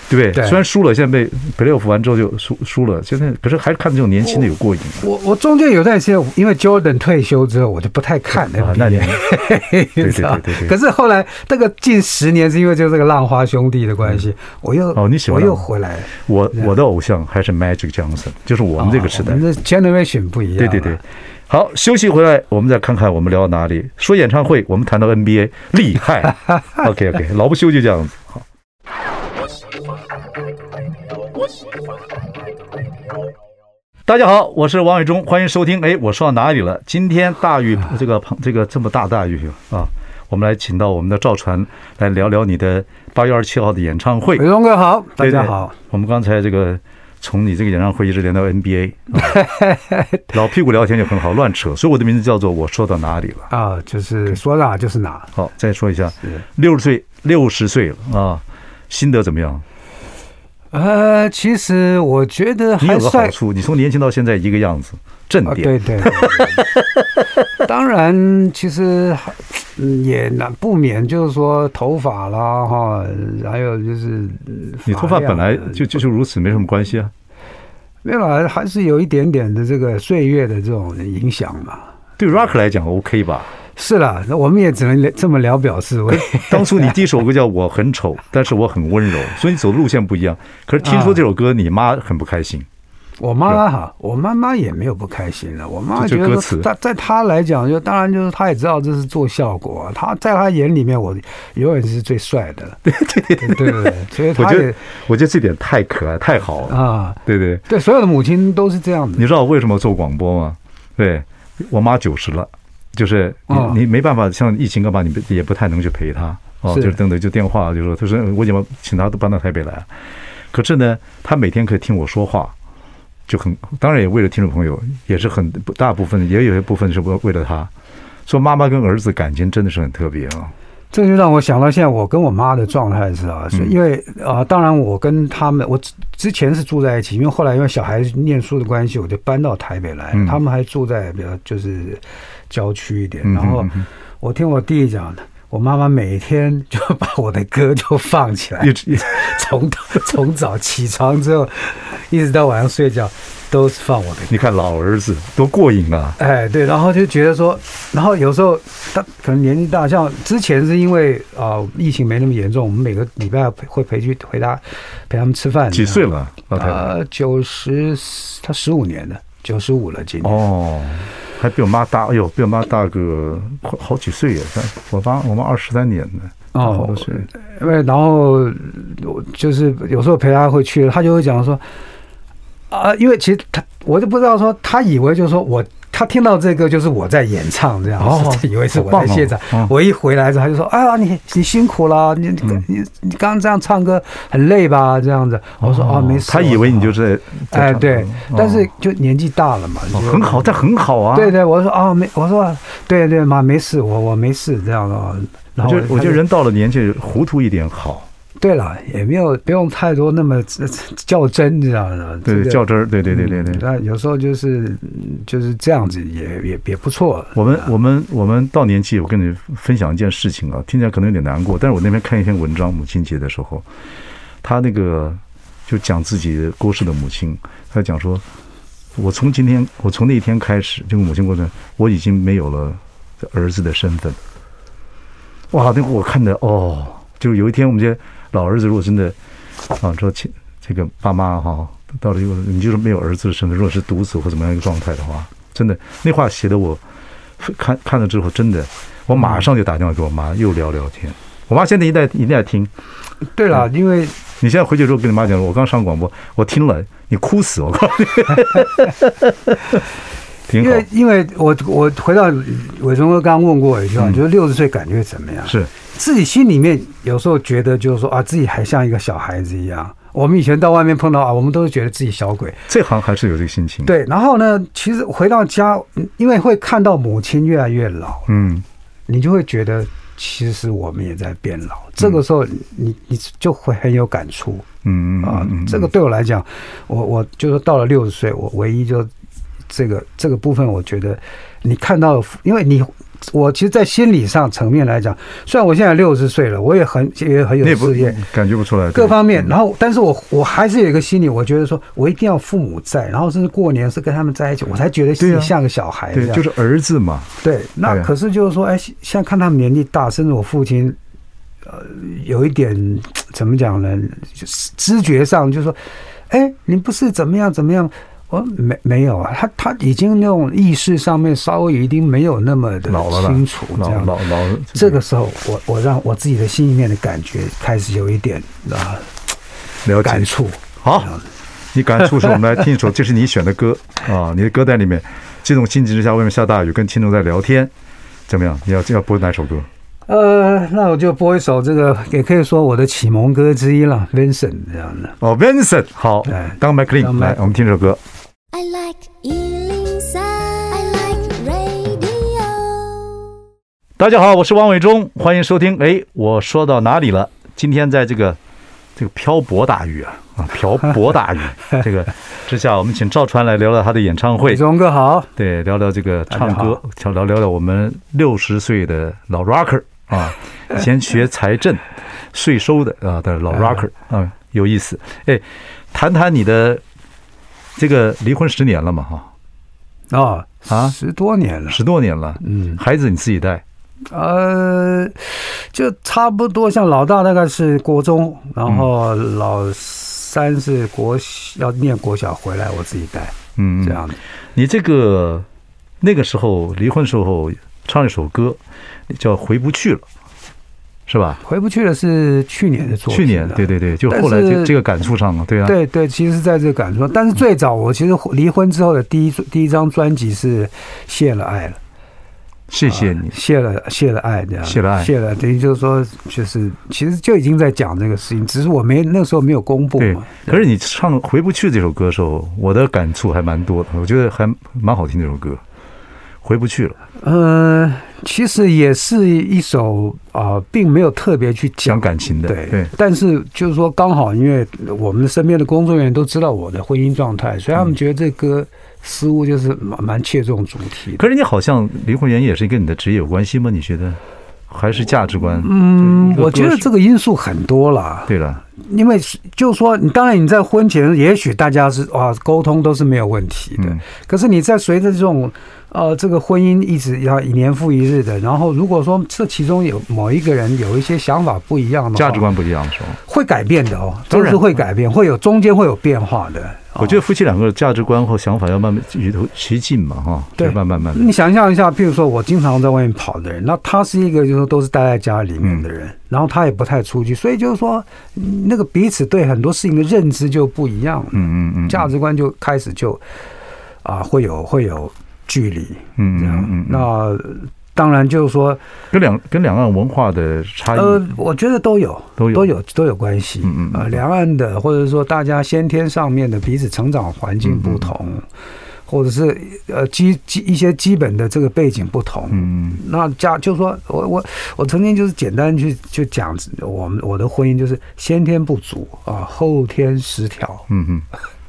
[SPEAKER 1] 对不对？
[SPEAKER 2] 对
[SPEAKER 1] 虽然输了，现在被 playoff 完之后就输输了，现在可是还是看这种年轻的有过瘾
[SPEAKER 2] 我我中间有段时间，因为 Jordan 退休之后，我就不太看那
[SPEAKER 1] 啊
[SPEAKER 2] 个。
[SPEAKER 1] 那 你对
[SPEAKER 2] 你
[SPEAKER 1] 对
[SPEAKER 2] 知道
[SPEAKER 1] 对对对
[SPEAKER 2] 可是后来这个近十年是因为就是这个浪花兄弟的关系，我又
[SPEAKER 1] 哦你喜欢
[SPEAKER 2] 我
[SPEAKER 1] 浪
[SPEAKER 2] 又回来了。
[SPEAKER 1] 我我的偶像还是 Magic Johnson，就是我们这个时代
[SPEAKER 2] 啊我。们的 generation 不一样。啊
[SPEAKER 1] 对对对，，好，休息回来，我们再看看我们聊到哪里。说演唱会，我们谈到 NBA，厉害。OK OK，老不休就这样子。好，大家好，我是王伟忠，欢迎收听。哎，我说到哪里了？今天大 雨，这个这个这么大大雨啊，我们来请到我们的赵传来聊聊你的八月二十七号的演唱会
[SPEAKER 2] 伟。东哥好，大
[SPEAKER 1] 对
[SPEAKER 2] 家
[SPEAKER 1] 对
[SPEAKER 2] 好。
[SPEAKER 1] 我们刚才这个从你这个演唱会一直连到 NBA，、啊老屁股聊天就很好，乱扯。所以我的名字叫做我说到哪里了。
[SPEAKER 2] 啊，就是说哪就是哪。
[SPEAKER 1] 好，再说一下
[SPEAKER 2] 是，
[SPEAKER 1] 六十岁，六十岁了啊，心得怎么样？
[SPEAKER 2] 呃，其实我觉得
[SPEAKER 1] 你有
[SPEAKER 2] 还
[SPEAKER 1] 个
[SPEAKER 2] 算
[SPEAKER 1] 好处，你从年轻到现在一个样子，正
[SPEAKER 2] 啊，
[SPEAKER 1] 点。
[SPEAKER 2] 对对。 对当然，其实还嗯也难不免，就是说头发啦哈，还有就是嗯
[SPEAKER 1] 你头发
[SPEAKER 2] 量
[SPEAKER 1] 本来
[SPEAKER 2] 呃
[SPEAKER 1] 就就就如此，没什么关系啊。
[SPEAKER 2] 没有啦，还是有一点点的这个岁月的这种影响嘛。
[SPEAKER 1] 对 Rock 来讲 OK 吧？
[SPEAKER 2] 是啦，那我们也只能这么聊表示 为。
[SPEAKER 1] 当初你第一首歌叫《我很丑，但是我很温柔》，所以你走的路线不一样。可是听
[SPEAKER 2] 啊
[SPEAKER 1] 说这首歌，你妈很不开心。
[SPEAKER 2] 我妈妈哈，我妈妈也没有不开心了。我妈
[SPEAKER 1] 就
[SPEAKER 2] 觉
[SPEAKER 1] 就歌
[SPEAKER 2] 得
[SPEAKER 1] 词
[SPEAKER 2] 说，在在她来讲，就当然就是她也知道这是做效果、啊，她在她眼里面，我永远是最帅的 了。对对对对对，所以
[SPEAKER 1] 我
[SPEAKER 2] 她
[SPEAKER 1] 觉
[SPEAKER 2] 也
[SPEAKER 1] 得，我觉得这点太可爱，太好了。
[SPEAKER 2] 啊，
[SPEAKER 1] 对对，
[SPEAKER 2] 对，所有的母亲都是这样的。
[SPEAKER 1] 你知道我为什么做广播吗？对我妈九十了，就是你、
[SPEAKER 2] 哦
[SPEAKER 1] 你没办法，像疫情干嘛，你不也不太能去陪她哦，
[SPEAKER 2] 是
[SPEAKER 1] 就是等等就电话，就说她说我姐夫请她都搬到台北来，可是呢，她每天可以听我说话，就很当然也为了听众朋友，也是很大部分也有一部分是为为了她。说妈妈跟儿子感情真的是很特别啊，
[SPEAKER 2] 这就让我想到现在我跟我妈的状态是啊，
[SPEAKER 1] 嗯
[SPEAKER 2] 是因为啊、呃当然我跟他们，我之之前是住在一起，因为后来因为小孩念书的关系，我就搬到台北来，
[SPEAKER 1] 嗯
[SPEAKER 2] 他们还住在比较就是郊区一点。
[SPEAKER 1] 嗯
[SPEAKER 2] 然后
[SPEAKER 1] 嗯嗯
[SPEAKER 2] 我听我弟讲的，我妈妈每天就把我的歌就放起来
[SPEAKER 1] 一，直
[SPEAKER 2] 从从早起床之后，一直到晚上睡觉，都是放我的歌。
[SPEAKER 1] 你看老儿子多过瘾啊！
[SPEAKER 2] 哎，对，然后就觉得说，然后有时候他可能年纪大，像之前是因为啊、呃疫情没那么严重，我们每个礼拜会陪去陪他陪他们吃饭。
[SPEAKER 1] 几岁？了，老太太？
[SPEAKER 2] 呃，九十，他十五年的，九十五了，今年。
[SPEAKER 1] 哦，还比我妈大，哎呦，比我妈大个快好几岁耶！但我妈我妈二十三年呢，大
[SPEAKER 2] 哦
[SPEAKER 1] 好多岁。
[SPEAKER 2] 因为呃然后我就是有时候陪他会去，他就会讲说啊，因为其实他我就不知道说他以为就是说我。他听到这个就是我在演唱，这样，
[SPEAKER 1] 哦
[SPEAKER 2] 他以为是我
[SPEAKER 1] 好
[SPEAKER 2] 在
[SPEAKER 1] 棒哦
[SPEAKER 2] 现场。
[SPEAKER 1] 嗯
[SPEAKER 2] 我一回来之后，他就说：“哎呀，你你辛苦了，你你你你刚刚这样唱歌很累吧？”这样子，我说：“哦，没事。”
[SPEAKER 1] 嗯他以为你就是在
[SPEAKER 2] 哎
[SPEAKER 1] 在唱
[SPEAKER 2] 对
[SPEAKER 1] 歌，
[SPEAKER 2] 但是
[SPEAKER 1] 哦
[SPEAKER 2] 就年纪大了嘛，
[SPEAKER 1] 哦
[SPEAKER 2] 就
[SPEAKER 1] 很好，这很好啊。
[SPEAKER 2] 对对，我说啊没，我说对对嘛，没事，我我没事这样的。然
[SPEAKER 1] 我
[SPEAKER 2] 后
[SPEAKER 1] 觉得我觉
[SPEAKER 2] 他就
[SPEAKER 1] 得人到了年纪糊涂一点好，
[SPEAKER 2] 对了，也没有不用太多那么呃较真，你知道吗？
[SPEAKER 1] 对
[SPEAKER 2] 这个嗯
[SPEAKER 1] 较真儿，对对对对对。
[SPEAKER 2] 那有时候就是嗯就是这样子也，也也不错。
[SPEAKER 1] 我们我们我们到年纪，我跟你分享一件事情啊，听起来可能有点难过，但是我那天看一篇文章，母亲节的时候，他那个就讲自己过世的母亲，他讲说，我从今天，我从那一天开始，就母亲过世，我已经没有了儿子的身份。哇，那个我看的哦，就是有一天我们这些老儿子如果真的啊，说亲这个爸妈哈、到了一个你就是没有儿子的身份，如果是独子或怎么样一个状态的话，真的那话写的我看看了之后，真的我马上就打电话给我
[SPEAKER 2] 嗯
[SPEAKER 1] 妈，又聊聊天。我妈现在一定在一定在听，
[SPEAKER 2] 对了，
[SPEAKER 1] 嗯
[SPEAKER 2] 因为
[SPEAKER 1] 你现在回去之后跟你妈讲，我刚上广播，我听了，你哭死我告诉你，挺
[SPEAKER 2] 因
[SPEAKER 1] 好
[SPEAKER 2] 为，因为我我回到伟忠哥刚刚问过我一句话，
[SPEAKER 1] 嗯
[SPEAKER 2] 就是六十岁感觉怎么样？
[SPEAKER 1] 是
[SPEAKER 2] 自己心里面有时候觉得就是说啊，自己还像一个小孩子一样。我们以前到外面碰到啊，我们都是觉得自己小鬼，
[SPEAKER 1] 这行还是有这个心情。，
[SPEAKER 2] 对。然后呢，其实回到家，嗯因为会看到母亲越来越老，
[SPEAKER 1] 嗯，
[SPEAKER 2] 你就会觉得其实我们也在变老。这个时候你，你你就会很有感触
[SPEAKER 1] 嗯嗯
[SPEAKER 2] 啊
[SPEAKER 1] 嗯嗯，。
[SPEAKER 2] 这个对我来讲，我我就是到了六十岁，我唯一就这个这个部分，我觉得你看到，因为你。我其实，在心理上层面来讲，虽然我现在六十岁了，我也很也很有
[SPEAKER 1] 那不
[SPEAKER 2] 事业，
[SPEAKER 1] 感觉不出来，
[SPEAKER 2] 各
[SPEAKER 1] 对
[SPEAKER 2] 方面，然后，但是我我还是有一个心理，我觉得说我一定要父母在，然后甚至过年是跟他们在一起，我才觉得自
[SPEAKER 1] 对
[SPEAKER 2] 己
[SPEAKER 1] 啊
[SPEAKER 2] 像个小孩这
[SPEAKER 1] 对，
[SPEAKER 2] 样。
[SPEAKER 1] 就是儿子嘛，
[SPEAKER 2] 对，那
[SPEAKER 1] 对
[SPEAKER 2] 可是就是说，哎，现现在看他们年纪大，甚至我父亲，呃，有一点怎么讲呢？就是知觉上就是说，哎，你不是怎么样怎么样？我说没没有啊，他他已经那种意识上面稍微已经没有那么的
[SPEAKER 1] 老了啦
[SPEAKER 2] 清楚，这
[SPEAKER 1] 老
[SPEAKER 2] 样。
[SPEAKER 1] 老老
[SPEAKER 2] 这个时候，我我让我自己的心里面的感觉开始有一点啊
[SPEAKER 1] 了解
[SPEAKER 2] 感触。
[SPEAKER 1] 好，你感触是我们来听一首，这是你选的 歌啊，你的歌单里面，这种心情之下，外面下大雨，跟听众在聊天，怎么样？你要要播哪首歌？
[SPEAKER 2] 呃，那我就播一首这个，也可以说我的启蒙歌之一了，Vincent 这样的。
[SPEAKER 1] 哦，Vincent，好
[SPEAKER 2] 哎，
[SPEAKER 1] 当 McLean，
[SPEAKER 2] 当
[SPEAKER 1] 来
[SPEAKER 2] Mac，
[SPEAKER 1] 我们听这首歌。
[SPEAKER 3] I like Ealing Sound. I like radio.
[SPEAKER 1] 大家好，我是王伟忠，欢迎收听。哎，我说到哪里了？今天在这个这个漂泊大雨啊啊，瓢泼 大雨这个之下，我们请赵传来聊聊他的演唱会，
[SPEAKER 2] 荣哥好，哦
[SPEAKER 1] 对，聊聊这个
[SPEAKER 2] 大
[SPEAKER 1] 唱
[SPEAKER 2] 家
[SPEAKER 1] 歌聊
[SPEAKER 2] 好，
[SPEAKER 1] 聊聊聊我们六十岁的老 rocker 啊，以前学财政、税收的啊，但是
[SPEAKER 2] 嗯
[SPEAKER 1] 老 rocker 啊，有意思。哎，谈谈你的这个离婚十年了嘛哈，
[SPEAKER 2] 哦，
[SPEAKER 1] 啊
[SPEAKER 2] 十多年了，
[SPEAKER 1] 十多年了，
[SPEAKER 2] 嗯，
[SPEAKER 1] 孩子你自己带，
[SPEAKER 2] 呃，就差不多，像老大大概是国中，然后老三是国小要念国小回来，我自己带
[SPEAKER 1] 嗯，
[SPEAKER 2] 这样的。
[SPEAKER 1] 你这个那个时候离婚时候唱了一首歌叫《回不去了》，是吧？
[SPEAKER 2] 回不去了是去年的作品
[SPEAKER 1] 去
[SPEAKER 2] 了，
[SPEAKER 1] 年对对对，就
[SPEAKER 2] 但
[SPEAKER 1] 后来这
[SPEAKER 2] 是
[SPEAKER 1] 这个感触上了，对啊，
[SPEAKER 2] 对对，其实是在这个感受，但是最早我其实离婚之后的第一第一张专辑是《谢了爱了》，
[SPEAKER 1] 谢谢你，
[SPEAKER 2] 谢了谢了爱这样，
[SPEAKER 1] 谢了爱
[SPEAKER 2] 谢了，等于就是说，就是其实就已经在讲这个事情，只是我没那时候没有公布
[SPEAKER 1] 对
[SPEAKER 2] 嘛。，
[SPEAKER 1] 可是你唱《回不去》这首歌的时候，我的感触还蛮多的，我觉得还蛮好听这首歌。回不去了。
[SPEAKER 2] 呃，其实也是一首啊、呃并没有特别去
[SPEAKER 1] 讲
[SPEAKER 2] 讲
[SPEAKER 1] 感情的，
[SPEAKER 2] 对
[SPEAKER 1] 对，
[SPEAKER 2] 但是就是说，刚好因为我们身边的工作人员都知道我的婚姻状态，所以他们觉得这歌似乎就是蛮蛮切中主题的。
[SPEAKER 1] 可是你好像离婚原因也是跟你的职业有关系吗？你觉得还是价值观？嗯
[SPEAKER 2] 我觉得这个因素很多啦，
[SPEAKER 1] 对了，
[SPEAKER 2] 因为是就是说，你当然你在婚前，也许大家是啊沟通都是没有问题的，
[SPEAKER 1] 嗯
[SPEAKER 2] 可是你在随着这种呃这个婚姻一直要以年复一日的，然后如果说这其中有某一个人有一些想法不一样的话
[SPEAKER 1] 价值观不一样的时候，
[SPEAKER 2] 会改变的哦，
[SPEAKER 1] 当
[SPEAKER 2] 都
[SPEAKER 1] 然嗯
[SPEAKER 2] 是会改变，会有中间会有变化的。哦
[SPEAKER 1] 我觉得夫妻两个价值观和想法要慢慢与头齐进嘛，哈，
[SPEAKER 2] 对
[SPEAKER 1] 就慢慢慢慢。
[SPEAKER 2] 哦你想象一下，譬如说我经常在外面跑的人，那他是一个就是说都是待在家里面的
[SPEAKER 1] 嗯
[SPEAKER 2] 人，然后他也不太出去，所以就是说嗯那个彼此对很多事情的认知就不一样，
[SPEAKER 1] 嗯嗯嗯，
[SPEAKER 2] 价值观就开始就啊、会有会有距离
[SPEAKER 1] 嗯
[SPEAKER 2] 这样
[SPEAKER 1] 嗯。嗯，嗯
[SPEAKER 2] 那当然就是说，
[SPEAKER 1] 跟两跟两岸文化的差异，
[SPEAKER 2] 呃，我觉得都有
[SPEAKER 1] 都有
[SPEAKER 2] 都有都有关系，
[SPEAKER 1] 嗯嗯嗯
[SPEAKER 2] 呃，两岸的或者说大家先天上面的彼此成长环境不同。
[SPEAKER 1] 嗯
[SPEAKER 2] 或者是呃基基一些基本的这个背景不同，
[SPEAKER 1] 嗯
[SPEAKER 2] 那家就是说我我我曾经就是简单去去讲我们我的婚姻就是先天不足啊，后天失调，
[SPEAKER 1] 嗯 嗯。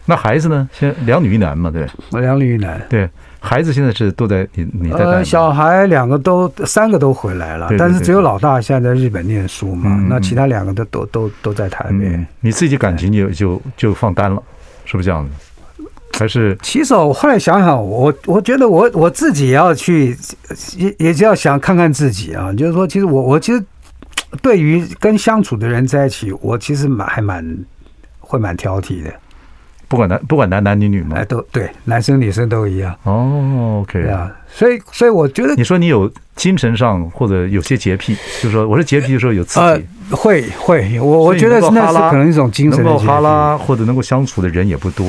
[SPEAKER 1] 那孩子呢？现在两女一男嘛，对
[SPEAKER 2] 两女一男。
[SPEAKER 1] 对。孩子现在是都在你你在带吗
[SPEAKER 2] 呃，小孩两个都三个都回来了
[SPEAKER 1] 对对，
[SPEAKER 2] 但是
[SPEAKER 1] 对
[SPEAKER 2] 只有老大现在在日本念书嘛
[SPEAKER 1] 嗯嗯，
[SPEAKER 2] 那其他两个都都都都在台北
[SPEAKER 1] 嗯。，你自己感情就就就放单了，是不是这样子？还是
[SPEAKER 2] 其实我后来想想，我我觉得我我自己也要去，也也就要想看看自己啊。就是说，其实我我其实对于跟相处的人在一起，我其实蛮还蛮会蛮挑剔的。
[SPEAKER 1] 不管男不管男男女女吗
[SPEAKER 2] 哎，？都对，男生女生都一样，
[SPEAKER 1] 哦，OK
[SPEAKER 2] 对啊。所以，所以我觉得
[SPEAKER 1] 你说你有精神上或者有些洁癖，就是说我是洁癖的时候有刺
[SPEAKER 2] 呃
[SPEAKER 1] 激，，
[SPEAKER 2] 会会，我我
[SPEAKER 1] 所以
[SPEAKER 2] 觉得
[SPEAKER 1] 能够
[SPEAKER 2] 那
[SPEAKER 1] 哈
[SPEAKER 2] 是
[SPEAKER 1] 拉
[SPEAKER 2] 可能一种精神
[SPEAKER 1] 能
[SPEAKER 2] 的
[SPEAKER 1] 够
[SPEAKER 2] 洁
[SPEAKER 1] 哈
[SPEAKER 2] 癖
[SPEAKER 1] 拉或者能够相处的人也不多。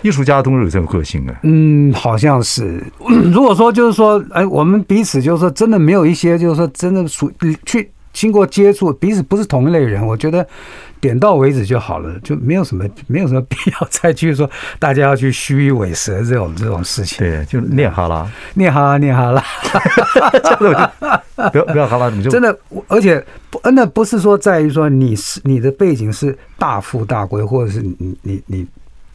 [SPEAKER 1] 艺术家都是有这种个性啊的，
[SPEAKER 2] 嗯，好像是。 如果说就是说，哎，我们彼此就是说，真的没有一些就是说真的属去经过接触，彼此不是同一类人，我觉得点到为止就好了，就没有什么没有什么必要再去说大家要去虚与委蛇这种这种事情。
[SPEAKER 1] 对，就是练哈 拉，
[SPEAKER 2] 念哈念哈啦，
[SPEAKER 1] 不要不要哈拉，你就
[SPEAKER 2] 真的，我而且不那不是说在于说你是你的背景是大富大贵，或者是你你你你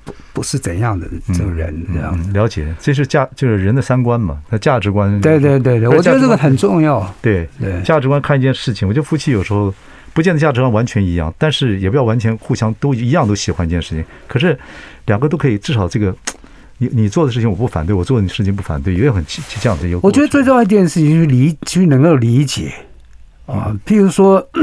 [SPEAKER 2] 不不是怎样的这种人这样。
[SPEAKER 1] 嗯了解，这是价就是人的三观嘛，那价值观
[SPEAKER 2] 对对对对，
[SPEAKER 1] 而
[SPEAKER 2] 我觉
[SPEAKER 1] 价
[SPEAKER 2] 得
[SPEAKER 1] 值
[SPEAKER 2] 这个
[SPEAKER 1] 观
[SPEAKER 2] 很重要。
[SPEAKER 1] 对
[SPEAKER 2] 对
[SPEAKER 1] 价值观看一件事情，我觉得夫妻有时候不见得价值观完全一样，但是也不要完全互相都一样都喜欢一件事情。可是两个都可以，至少这个你你做的事情我不反对，我做的事情不反对，也有很这样的一个过程。
[SPEAKER 2] 我觉得最重要一件事情就是理，去能够理解
[SPEAKER 1] 嗯
[SPEAKER 2] 啊。譬如说，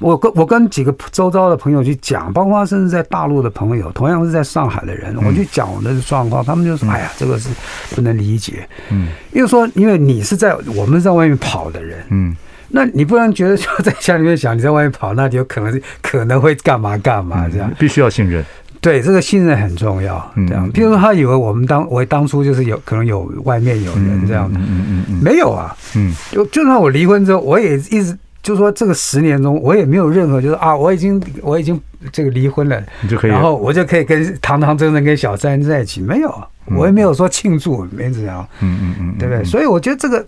[SPEAKER 2] 我跟我跟几个周遭的朋友去讲，包括甚至在大陆的朋友，同样是在上海的
[SPEAKER 1] 嗯
[SPEAKER 2] 人，我去讲我的状况，他们就说：“哎呀，这个是不能理解。”
[SPEAKER 1] 嗯，
[SPEAKER 2] 因为说，因为你是在我们是在外面跑的人，
[SPEAKER 1] 嗯
[SPEAKER 2] 那你不能觉得就在家里面想你在外面跑，那你有可能是可能会干嘛干嘛这样。
[SPEAKER 1] 必须要信任，
[SPEAKER 2] 对，这个信任很重要。
[SPEAKER 1] 嗯
[SPEAKER 2] 这样
[SPEAKER 1] 嗯，
[SPEAKER 2] 譬如说，他以为我们当我当初就是有可能有外面有人这样，
[SPEAKER 1] 嗯嗯嗯
[SPEAKER 2] 没有啊。
[SPEAKER 1] 嗯
[SPEAKER 2] 就就算我离婚之后，我也一直就说这个十年中，我也没有任何就是啊，我已经我已经这个离婚了，
[SPEAKER 1] 你就可以
[SPEAKER 2] 然后我就可以跟堂堂正正跟小三在一起，没有，啊我也没有说庆祝，没怎样，
[SPEAKER 1] 嗯嗯嗯，
[SPEAKER 2] 对不对？所以我觉得这个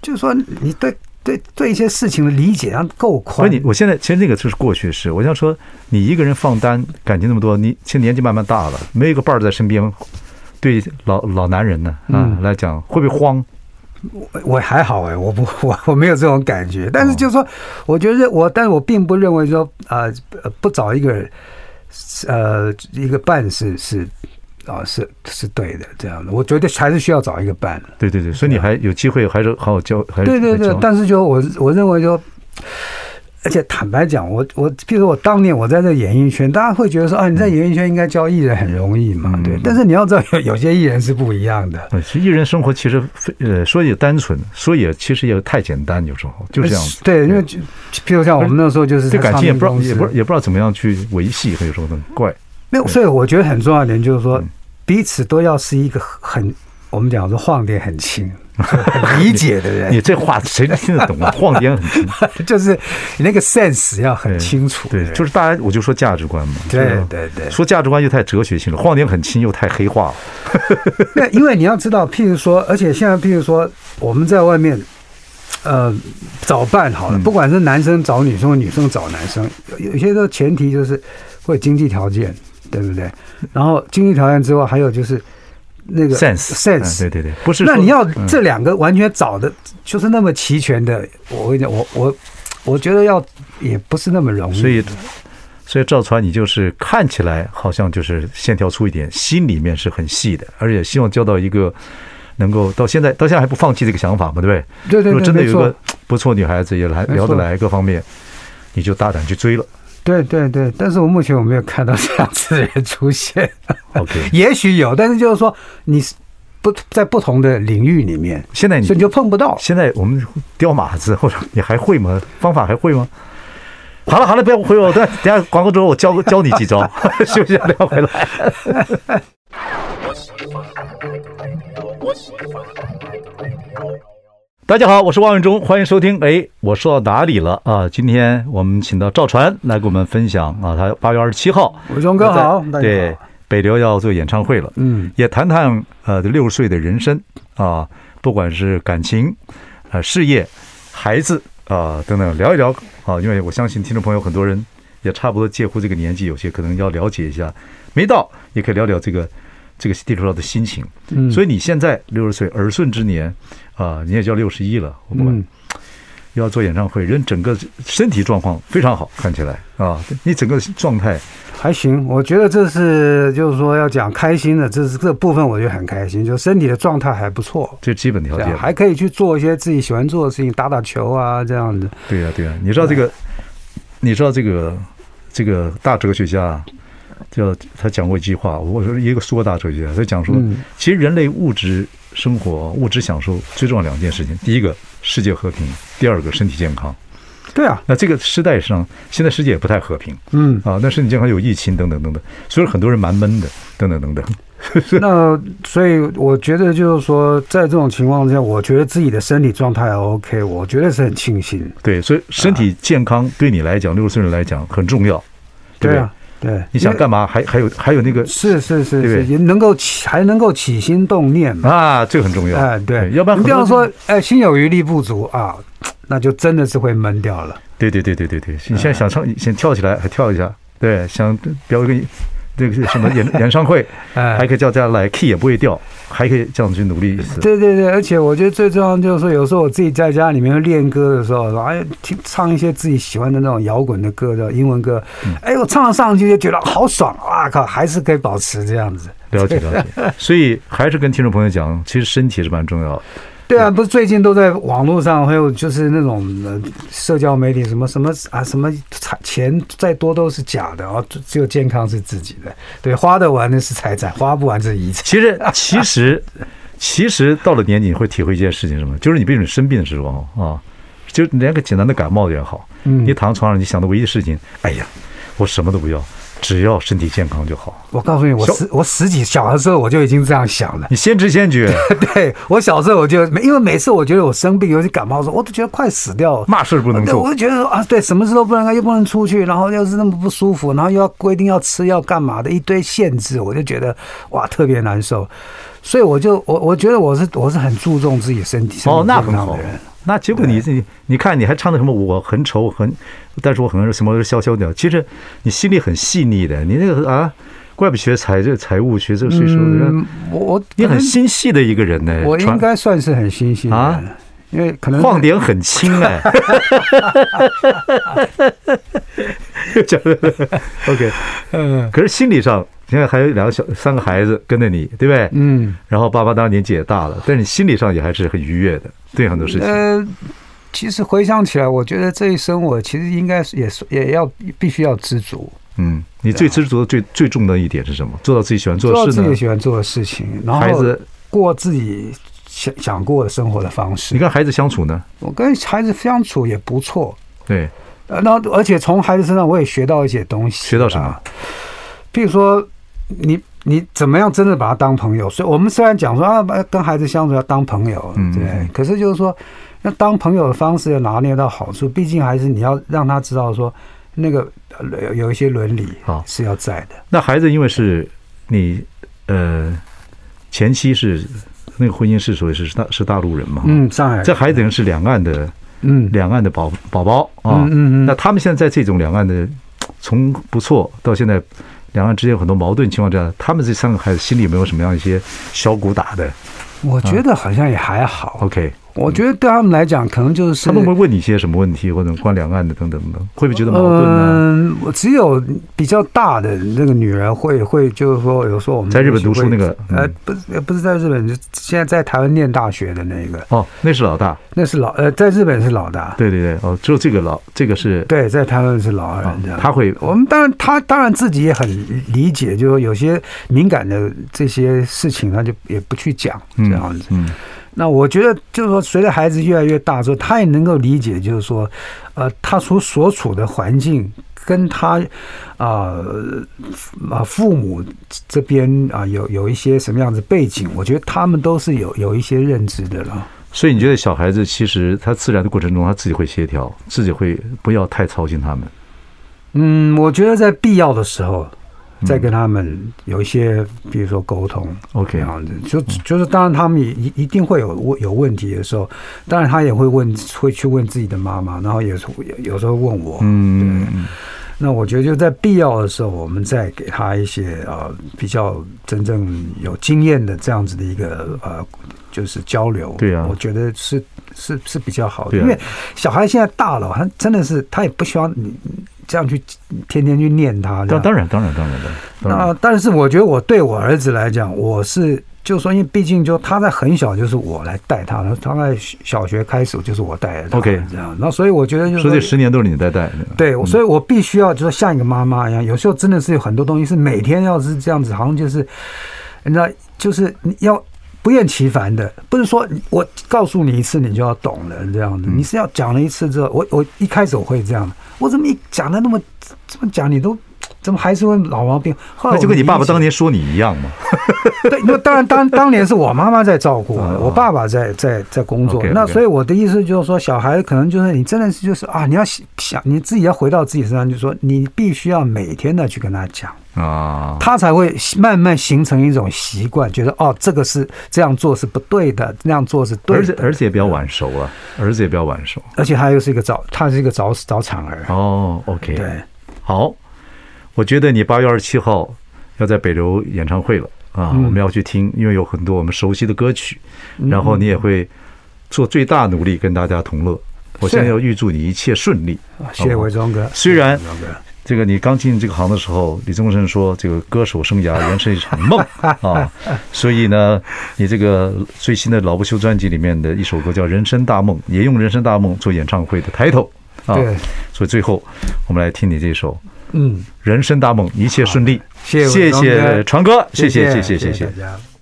[SPEAKER 2] 就是说，你对对对一些事情的理解要够
[SPEAKER 1] 所
[SPEAKER 2] 宽
[SPEAKER 1] 以。你我现在其实那个就是过去的事，我想说你一个人放单，感情那么多，你现在年纪慢慢大了，没有一个伴儿在身边，对老老男人呢啊、
[SPEAKER 2] 嗯
[SPEAKER 1] 来讲会不会慌？
[SPEAKER 2] 我还好哎、我不 我我没有这种感觉，
[SPEAKER 1] 哦
[SPEAKER 2] 但是就是说，我觉得我，但是我并不认为说啊、呃，不找一个人呃一个伴是是啊、是是对的这样的，我觉得还是需要找一个伴的。
[SPEAKER 1] 对对对，所以你还有机会，还是好好交，还是
[SPEAKER 2] 对对对
[SPEAKER 1] 交，
[SPEAKER 2] 但是就我我认为就。而且坦白讲，我我，譬如我当年我在这演艺圈，大家会觉得说啊，你在演艺圈应该教艺人很容易嘛，
[SPEAKER 1] 嗯
[SPEAKER 2] 对
[SPEAKER 1] 嗯。
[SPEAKER 2] 但是你要知道， 有有些艺人是不一样的，
[SPEAKER 1] 呃其实艺人生活其实非呃说也单纯，说也其实也太简单，有时候
[SPEAKER 2] 哎
[SPEAKER 1] 就是这样子。
[SPEAKER 2] 对，因为就譬如像我们那时候就是
[SPEAKER 1] 对
[SPEAKER 2] 在
[SPEAKER 1] 感情也不知道
[SPEAKER 2] 唱片公司
[SPEAKER 1] 也不也不知道怎么样去维系，有时候很怪。
[SPEAKER 2] 没有，所以我觉得
[SPEAKER 1] 嗯
[SPEAKER 2] 很重要一点就是说，彼此都要是一个很我们讲说晃点很轻，很理解的
[SPEAKER 1] 你
[SPEAKER 2] 人，
[SPEAKER 1] 这话谁听得懂啊？晃点很清楚 哎
[SPEAKER 2] 就是你那个 sense 要很清楚。哎
[SPEAKER 1] 对，就是大家我就说价值观嘛，
[SPEAKER 2] 对
[SPEAKER 1] 就是
[SPEAKER 2] 对对
[SPEAKER 1] 说价值观又太哲学性了，晃点很轻又太黑化了，
[SPEAKER 2] 那因为你要知道，譬如说，而且现在譬如说，我们在外面，呃，找伴好
[SPEAKER 1] 嗯
[SPEAKER 2] 了，不管是男生找女生，或女生找男生，有有些时候前提就是会有经济条件，对不对？然后经济条件之外，还有就是那个
[SPEAKER 1] sense
[SPEAKER 2] sense，、
[SPEAKER 1] 嗯对对对，不是说。
[SPEAKER 2] 那你要这两个完全找的，就是那么齐全的，我跟你讲，我我我觉得要也不是那么容易。
[SPEAKER 1] 所以，所以赵传，你就是看起来好像就是线条粗一点，心里面是很细的，而且希望交到一个能够到现在到现在还不放弃这个想法嘛，对不对？
[SPEAKER 2] 对对
[SPEAKER 1] 如果
[SPEAKER 2] 对，
[SPEAKER 1] 真的有
[SPEAKER 2] 没
[SPEAKER 1] 一
[SPEAKER 2] 错
[SPEAKER 1] 个不错女孩子也来
[SPEAKER 2] 没错
[SPEAKER 1] 聊得来各方面，你就大胆去 追了。
[SPEAKER 2] 对对对，但是我目前我没有看到这样子的人出现。
[SPEAKER 1] OK，
[SPEAKER 2] 也许有，但是就是说你是不在不同的领域里面，
[SPEAKER 1] 现在你
[SPEAKER 2] 所以你就碰不到。
[SPEAKER 1] 现在我们雕马子，或者你还会吗？方法还会吗？好了好了，不要回我，等下等下广告之后我教教你几招，休息一下聊回来。大家好，我是汪永忠，欢迎收听。哎，我说到哪里了啊？今天我们请到赵传来给我们分享啊，他八月二十七号，
[SPEAKER 2] 伟忠哥好，大家
[SPEAKER 1] 对
[SPEAKER 2] 好。，
[SPEAKER 1] 北流要做演唱会了，
[SPEAKER 2] 嗯，
[SPEAKER 1] 也谈谈呃六十岁的人生啊，不管是感情、啊事业、孩子啊等等，聊一聊啊，因为我相信听众朋友很多人也差不多介乎这个年纪，有些可能要了解一下，没到也可以聊聊这个这个地主佬的心情。
[SPEAKER 2] 嗯
[SPEAKER 1] 所
[SPEAKER 2] 以
[SPEAKER 1] 以你现在六十岁耳顺之年啊，你也叫六十一了，我不管。
[SPEAKER 2] 嗯，
[SPEAKER 1] 又要做演唱会，人整个身体状况非常好，看起来啊，你整个状态
[SPEAKER 2] 还行，我觉得这是就是说要讲开心的，这是这部分我觉得很开心，就身体的状态还不错。
[SPEAKER 1] 这基本条
[SPEAKER 2] 这
[SPEAKER 1] 件
[SPEAKER 2] 样啊还可以去做一些自己喜欢做的事情，打打球啊，这样子。
[SPEAKER 1] 对呀、对呀、你知道这
[SPEAKER 2] 啊
[SPEAKER 1] 个，你知道这个，这个大哲学家叫他讲过一句话，我说一个苏格大哲学家，他讲说，
[SPEAKER 2] 嗯
[SPEAKER 1] 其实人类物质生活、物质享受最重要两件事情，第一个世界和平，第二个身体健康。
[SPEAKER 2] 对啊，
[SPEAKER 1] 那这个时代上，现在世界也不太和平
[SPEAKER 2] 嗯，
[SPEAKER 1] 啊，那身体健康有疫情等等等等，所以很多人蛮闷的，等等等等。
[SPEAKER 2] 那所以我觉得就是说，在这种情况下，我觉得自己的身体状态还 OK，我觉得是很庆幸。
[SPEAKER 1] 对，所以身
[SPEAKER 2] 啊
[SPEAKER 1] 体健康对你来讲，六十岁人来讲很重要，对不
[SPEAKER 2] 对
[SPEAKER 1] 对？
[SPEAKER 2] 啊，对，
[SPEAKER 1] 你想干嘛？还还有还有那个
[SPEAKER 2] 是是是
[SPEAKER 1] 对不对
[SPEAKER 2] 是，也能够起还能够起心动念嘛？
[SPEAKER 1] 啊，这个很重要。
[SPEAKER 2] 哎，对，
[SPEAKER 1] 要不然
[SPEAKER 2] 你
[SPEAKER 1] 很
[SPEAKER 2] 比
[SPEAKER 1] 多
[SPEAKER 2] 方
[SPEAKER 1] 人
[SPEAKER 2] 说，哎，心有余力不足啊，那就真的是会闷掉了。
[SPEAKER 1] 对对对对对对，你现在想唱，想跳起来
[SPEAKER 2] 哎
[SPEAKER 1] 还跳一下，对，想表演个这个什么演演唱会，还
[SPEAKER 2] 哎，
[SPEAKER 1] 可以叫大家来，key 也不会掉，还可以这样去努力一次。
[SPEAKER 2] 对对对，而且我觉得最重要的就是说，有时候我自己在家里面练歌的时候，哎，听唱一些自己喜欢的那种摇滚的歌的英文歌，
[SPEAKER 1] 嗯
[SPEAKER 2] 哎，我唱上去就觉得好爽啊！靠，还是可以保持这样子。
[SPEAKER 1] 了解了解，所以还是跟听众朋友讲，其实身体是蛮重要的。
[SPEAKER 2] 对啊，不是最近都在网络上，还有就是那种、呃、社交媒体什么什么啊，什么财钱再多都是假的哦，只只有健康是自己的。对，花得完的是财产，花不完是遗产。
[SPEAKER 1] 其实其实其实到了年纪，你会体会一件事情是什么，就是你比如你生病的时候啊，就连个简单的感冒也好，
[SPEAKER 2] 嗯
[SPEAKER 1] 你躺在床上，你想的唯一事情，哎呀，我什么都不要，只要身体健康就好。
[SPEAKER 2] 我告诉你，我
[SPEAKER 1] 小
[SPEAKER 2] 十我十几小的时候我就已经这样想了。
[SPEAKER 1] 你先知先觉，
[SPEAKER 2] 对我小时候我就因为每次我觉得我生病，尤其感冒的时候，我都觉得快死掉了。
[SPEAKER 1] 嘛事儿不能
[SPEAKER 2] 对，
[SPEAKER 1] 做
[SPEAKER 2] 我。就觉得说啊，对，什么事都不能干，又不能出去，然后又是那么不舒服，然后又要规定要吃要干嘛的一堆限制，我就觉得哇，特别难受。所以我就我我觉得我是我是很注重自己身体身
[SPEAKER 1] 哦，
[SPEAKER 2] 体
[SPEAKER 1] 那
[SPEAKER 2] 健
[SPEAKER 1] 很
[SPEAKER 2] 康
[SPEAKER 1] 好
[SPEAKER 2] 的人。。
[SPEAKER 1] 那结果你你你看，你还唱的什么？我很丑，我很，但是我很什么潇潇鸟。其实你心里很细腻的，你那个啊，怪不学财这财务学这税收，
[SPEAKER 2] 嗯，我我
[SPEAKER 1] 你
[SPEAKER 2] 可
[SPEAKER 1] 很
[SPEAKER 2] 能
[SPEAKER 1] 心细的一个人呢。
[SPEAKER 2] 我应
[SPEAKER 1] 传
[SPEAKER 2] 该算是很心细的
[SPEAKER 1] 啊
[SPEAKER 2] 人，因为可能
[SPEAKER 1] 晃点很轻哎。 讲得 OK，
[SPEAKER 2] 嗯
[SPEAKER 1] 可是心理上，现在还有两个小三个孩子跟着你，对不对？
[SPEAKER 2] 嗯
[SPEAKER 1] 然后爸妈当然年纪也大了，但是你心理上也还是很愉悦的，对很多事情。
[SPEAKER 2] 呃，其实回想起来，我觉得这一生我其实应该是也是也要必须要知足。
[SPEAKER 1] 嗯，你最知足的最最重要的一点是什么？做到自己喜欢做
[SPEAKER 2] 做
[SPEAKER 1] 的事
[SPEAKER 2] 自己
[SPEAKER 1] 呢？
[SPEAKER 2] 喜欢做的事情，然
[SPEAKER 1] 孩
[SPEAKER 2] 后
[SPEAKER 1] 子，
[SPEAKER 2] 过自己想想过的生活的方
[SPEAKER 1] 你
[SPEAKER 2] 式。
[SPEAKER 1] 跟孩子相处呢？
[SPEAKER 2] 我跟孩子相处也不错，
[SPEAKER 1] 对，
[SPEAKER 2] 呃，那而且从孩子身上我也学到一些东西。啊
[SPEAKER 1] 学到什么
[SPEAKER 2] 啊？譬如说，你你怎么样真的把他当朋友？所以我们虽然讲说啊，跟孩子相处要当朋友，
[SPEAKER 1] 嗯
[SPEAKER 2] 对，可是就是说，那当朋友的方式要拿捏到好处，毕竟还是你要让他知道说，那个呃有有一些伦理
[SPEAKER 1] 好
[SPEAKER 2] 是要在的。
[SPEAKER 1] 那孩子因为是你呃前妻是那个婚姻是属于是是大是大陆人嘛，
[SPEAKER 2] 嗯，上海，
[SPEAKER 1] 这孩子等于是两岸的
[SPEAKER 2] 嗯，
[SPEAKER 1] 两岸的宝宝宝啊，
[SPEAKER 2] 嗯嗯嗯
[SPEAKER 1] 那他们现在在这种两岸的从不错到现在两岸之间有很多矛盾情况下，他们这三个孩子心里有没有什么样一些小鼓打的
[SPEAKER 2] 我觉得好像也还好。
[SPEAKER 1] ？OK，
[SPEAKER 2] 我觉得对他们来讲，可能就是
[SPEAKER 1] 他们会问你一些什么问题，或者关于两岸的等等等等，会不会觉得矛盾呢、
[SPEAKER 2] 嗯，我只有比较大的那个女儿会会，就是说，有时候我们
[SPEAKER 1] 在日本读书那个
[SPEAKER 2] 呃
[SPEAKER 1] 嗯，
[SPEAKER 2] 不是不是在日本，就现在在台湾念大学的那个，
[SPEAKER 1] 哦，那是老大，
[SPEAKER 2] 那是老呃，在日本是老大，
[SPEAKER 1] 对对对，哦，只有这个老，这个是
[SPEAKER 2] 对，在台湾是老二
[SPEAKER 1] 啊，
[SPEAKER 2] 这样。
[SPEAKER 1] 他会
[SPEAKER 2] 我们当然，他当然自己也很理解，就是说有些敏感的这些事情，他就也不去讲这
[SPEAKER 1] 嗯
[SPEAKER 2] 样子。
[SPEAKER 1] 嗯
[SPEAKER 2] 那我觉得，就是说，随着孩子越来越大之后，他也能够理解，就是说，呃，他所所处的环境跟他啊啊父母这边啊、有有一些什么样子背景，我觉得他们都是有有一些认知的了。
[SPEAKER 1] 所以你觉得小孩子其实他自然的过程中，他自己会协调，自己会不要太操心他们。
[SPEAKER 2] 嗯，我觉得在必要的时候，再跟他们有一些，比如说沟通。这
[SPEAKER 1] OK，
[SPEAKER 2] 样子，就就是当然他们也一一定会有问有问题的时候，当然他也会问，会去问自己的妈妈，然后也是有有时候问我，
[SPEAKER 1] 嗯，嗯
[SPEAKER 2] 那我觉得就在必要的时候，我们再给他一些呃比较真正有经验的这样子的一个呃就是交流。
[SPEAKER 1] 对啊
[SPEAKER 2] 我觉得是是是比较好的，
[SPEAKER 1] 对啊
[SPEAKER 2] 因为小孩现在大了，他真的是他也不希望你这样去天天去念他。这
[SPEAKER 1] 当
[SPEAKER 2] 样
[SPEAKER 1] 当然当然当然的，当然
[SPEAKER 2] 那但是我觉得我对我儿子来讲，我是就说，因为毕竟就他在很小就是我来带他，他在小学开始就是我带着他
[SPEAKER 1] OK
[SPEAKER 2] 这样。那所以我觉得就是
[SPEAKER 1] 说这十年都是你在带，
[SPEAKER 2] 对，我所以我必须要就是像一个妈妈一样，有时候真的是有很多东西是每天要是这样子，好像就是，你知道，就是你要不厌其烦的，不是说你我告诉你一次你就要懂了这样
[SPEAKER 1] 嗯
[SPEAKER 2] 子，你是要讲了一次之后，我我一开始我会这样的，我怎么一讲的那么这么讲你都。怎么还是会老毛病？后来
[SPEAKER 1] 那就跟你
[SPEAKER 2] 我们
[SPEAKER 1] 爸爸
[SPEAKER 2] 理解
[SPEAKER 1] 当年说你一样嘛。
[SPEAKER 2] 对，那当然当当年是我妈妈在照顾
[SPEAKER 1] 哦
[SPEAKER 2] 我，我爸爸在在在工作。
[SPEAKER 1] OK，OK
[SPEAKER 2] 那所以我的意思就是说，小孩可能就是你真的是就是啊，你要想你自己要回到自己身上，就是说你必须要每天的去跟他讲，
[SPEAKER 1] 啊，
[SPEAKER 2] 他才会慢慢形成一种习惯，觉得哦，这个是这样做是不对的，那样做是对
[SPEAKER 1] 儿子
[SPEAKER 2] 的。
[SPEAKER 1] 儿子也比较晚熟啊，儿子也比较晚熟。
[SPEAKER 2] 而且他又是一个早，他是一个早早产儿。
[SPEAKER 1] 哦，OK，
[SPEAKER 2] 对，
[SPEAKER 1] 好，我觉得你八月二十七号要在北流演唱会了啊，
[SPEAKER 2] 嗯
[SPEAKER 1] 我们要去听，因为有很多我们熟悉的歌曲，然后你也会做最大努力跟大家同乐。我现在要预祝你一切顺利。
[SPEAKER 2] 哦啊谢谢伟忠哥。
[SPEAKER 1] 虽然
[SPEAKER 2] 伟忠哥，
[SPEAKER 1] 这个你刚进这个行的时候，李宗盛说这个歌手生涯原是一场 梦啊，所以呢，你这个最新的《老不休》专辑里面的一首歌叫《人生大梦》，也用《人生大梦》做演唱会的 title 啊
[SPEAKER 2] 对，
[SPEAKER 1] 所以最后我们来听你这首《
[SPEAKER 2] 嗯，
[SPEAKER 1] 人生大梦》，一切顺利，
[SPEAKER 2] 谢
[SPEAKER 1] 谢
[SPEAKER 2] 谢伟忠哥
[SPEAKER 1] 谢传哥，谢
[SPEAKER 2] 谢
[SPEAKER 1] 谢谢谢
[SPEAKER 2] 谢
[SPEAKER 1] 谢
[SPEAKER 2] 谢
[SPEAKER 1] 谢
[SPEAKER 2] 大。家。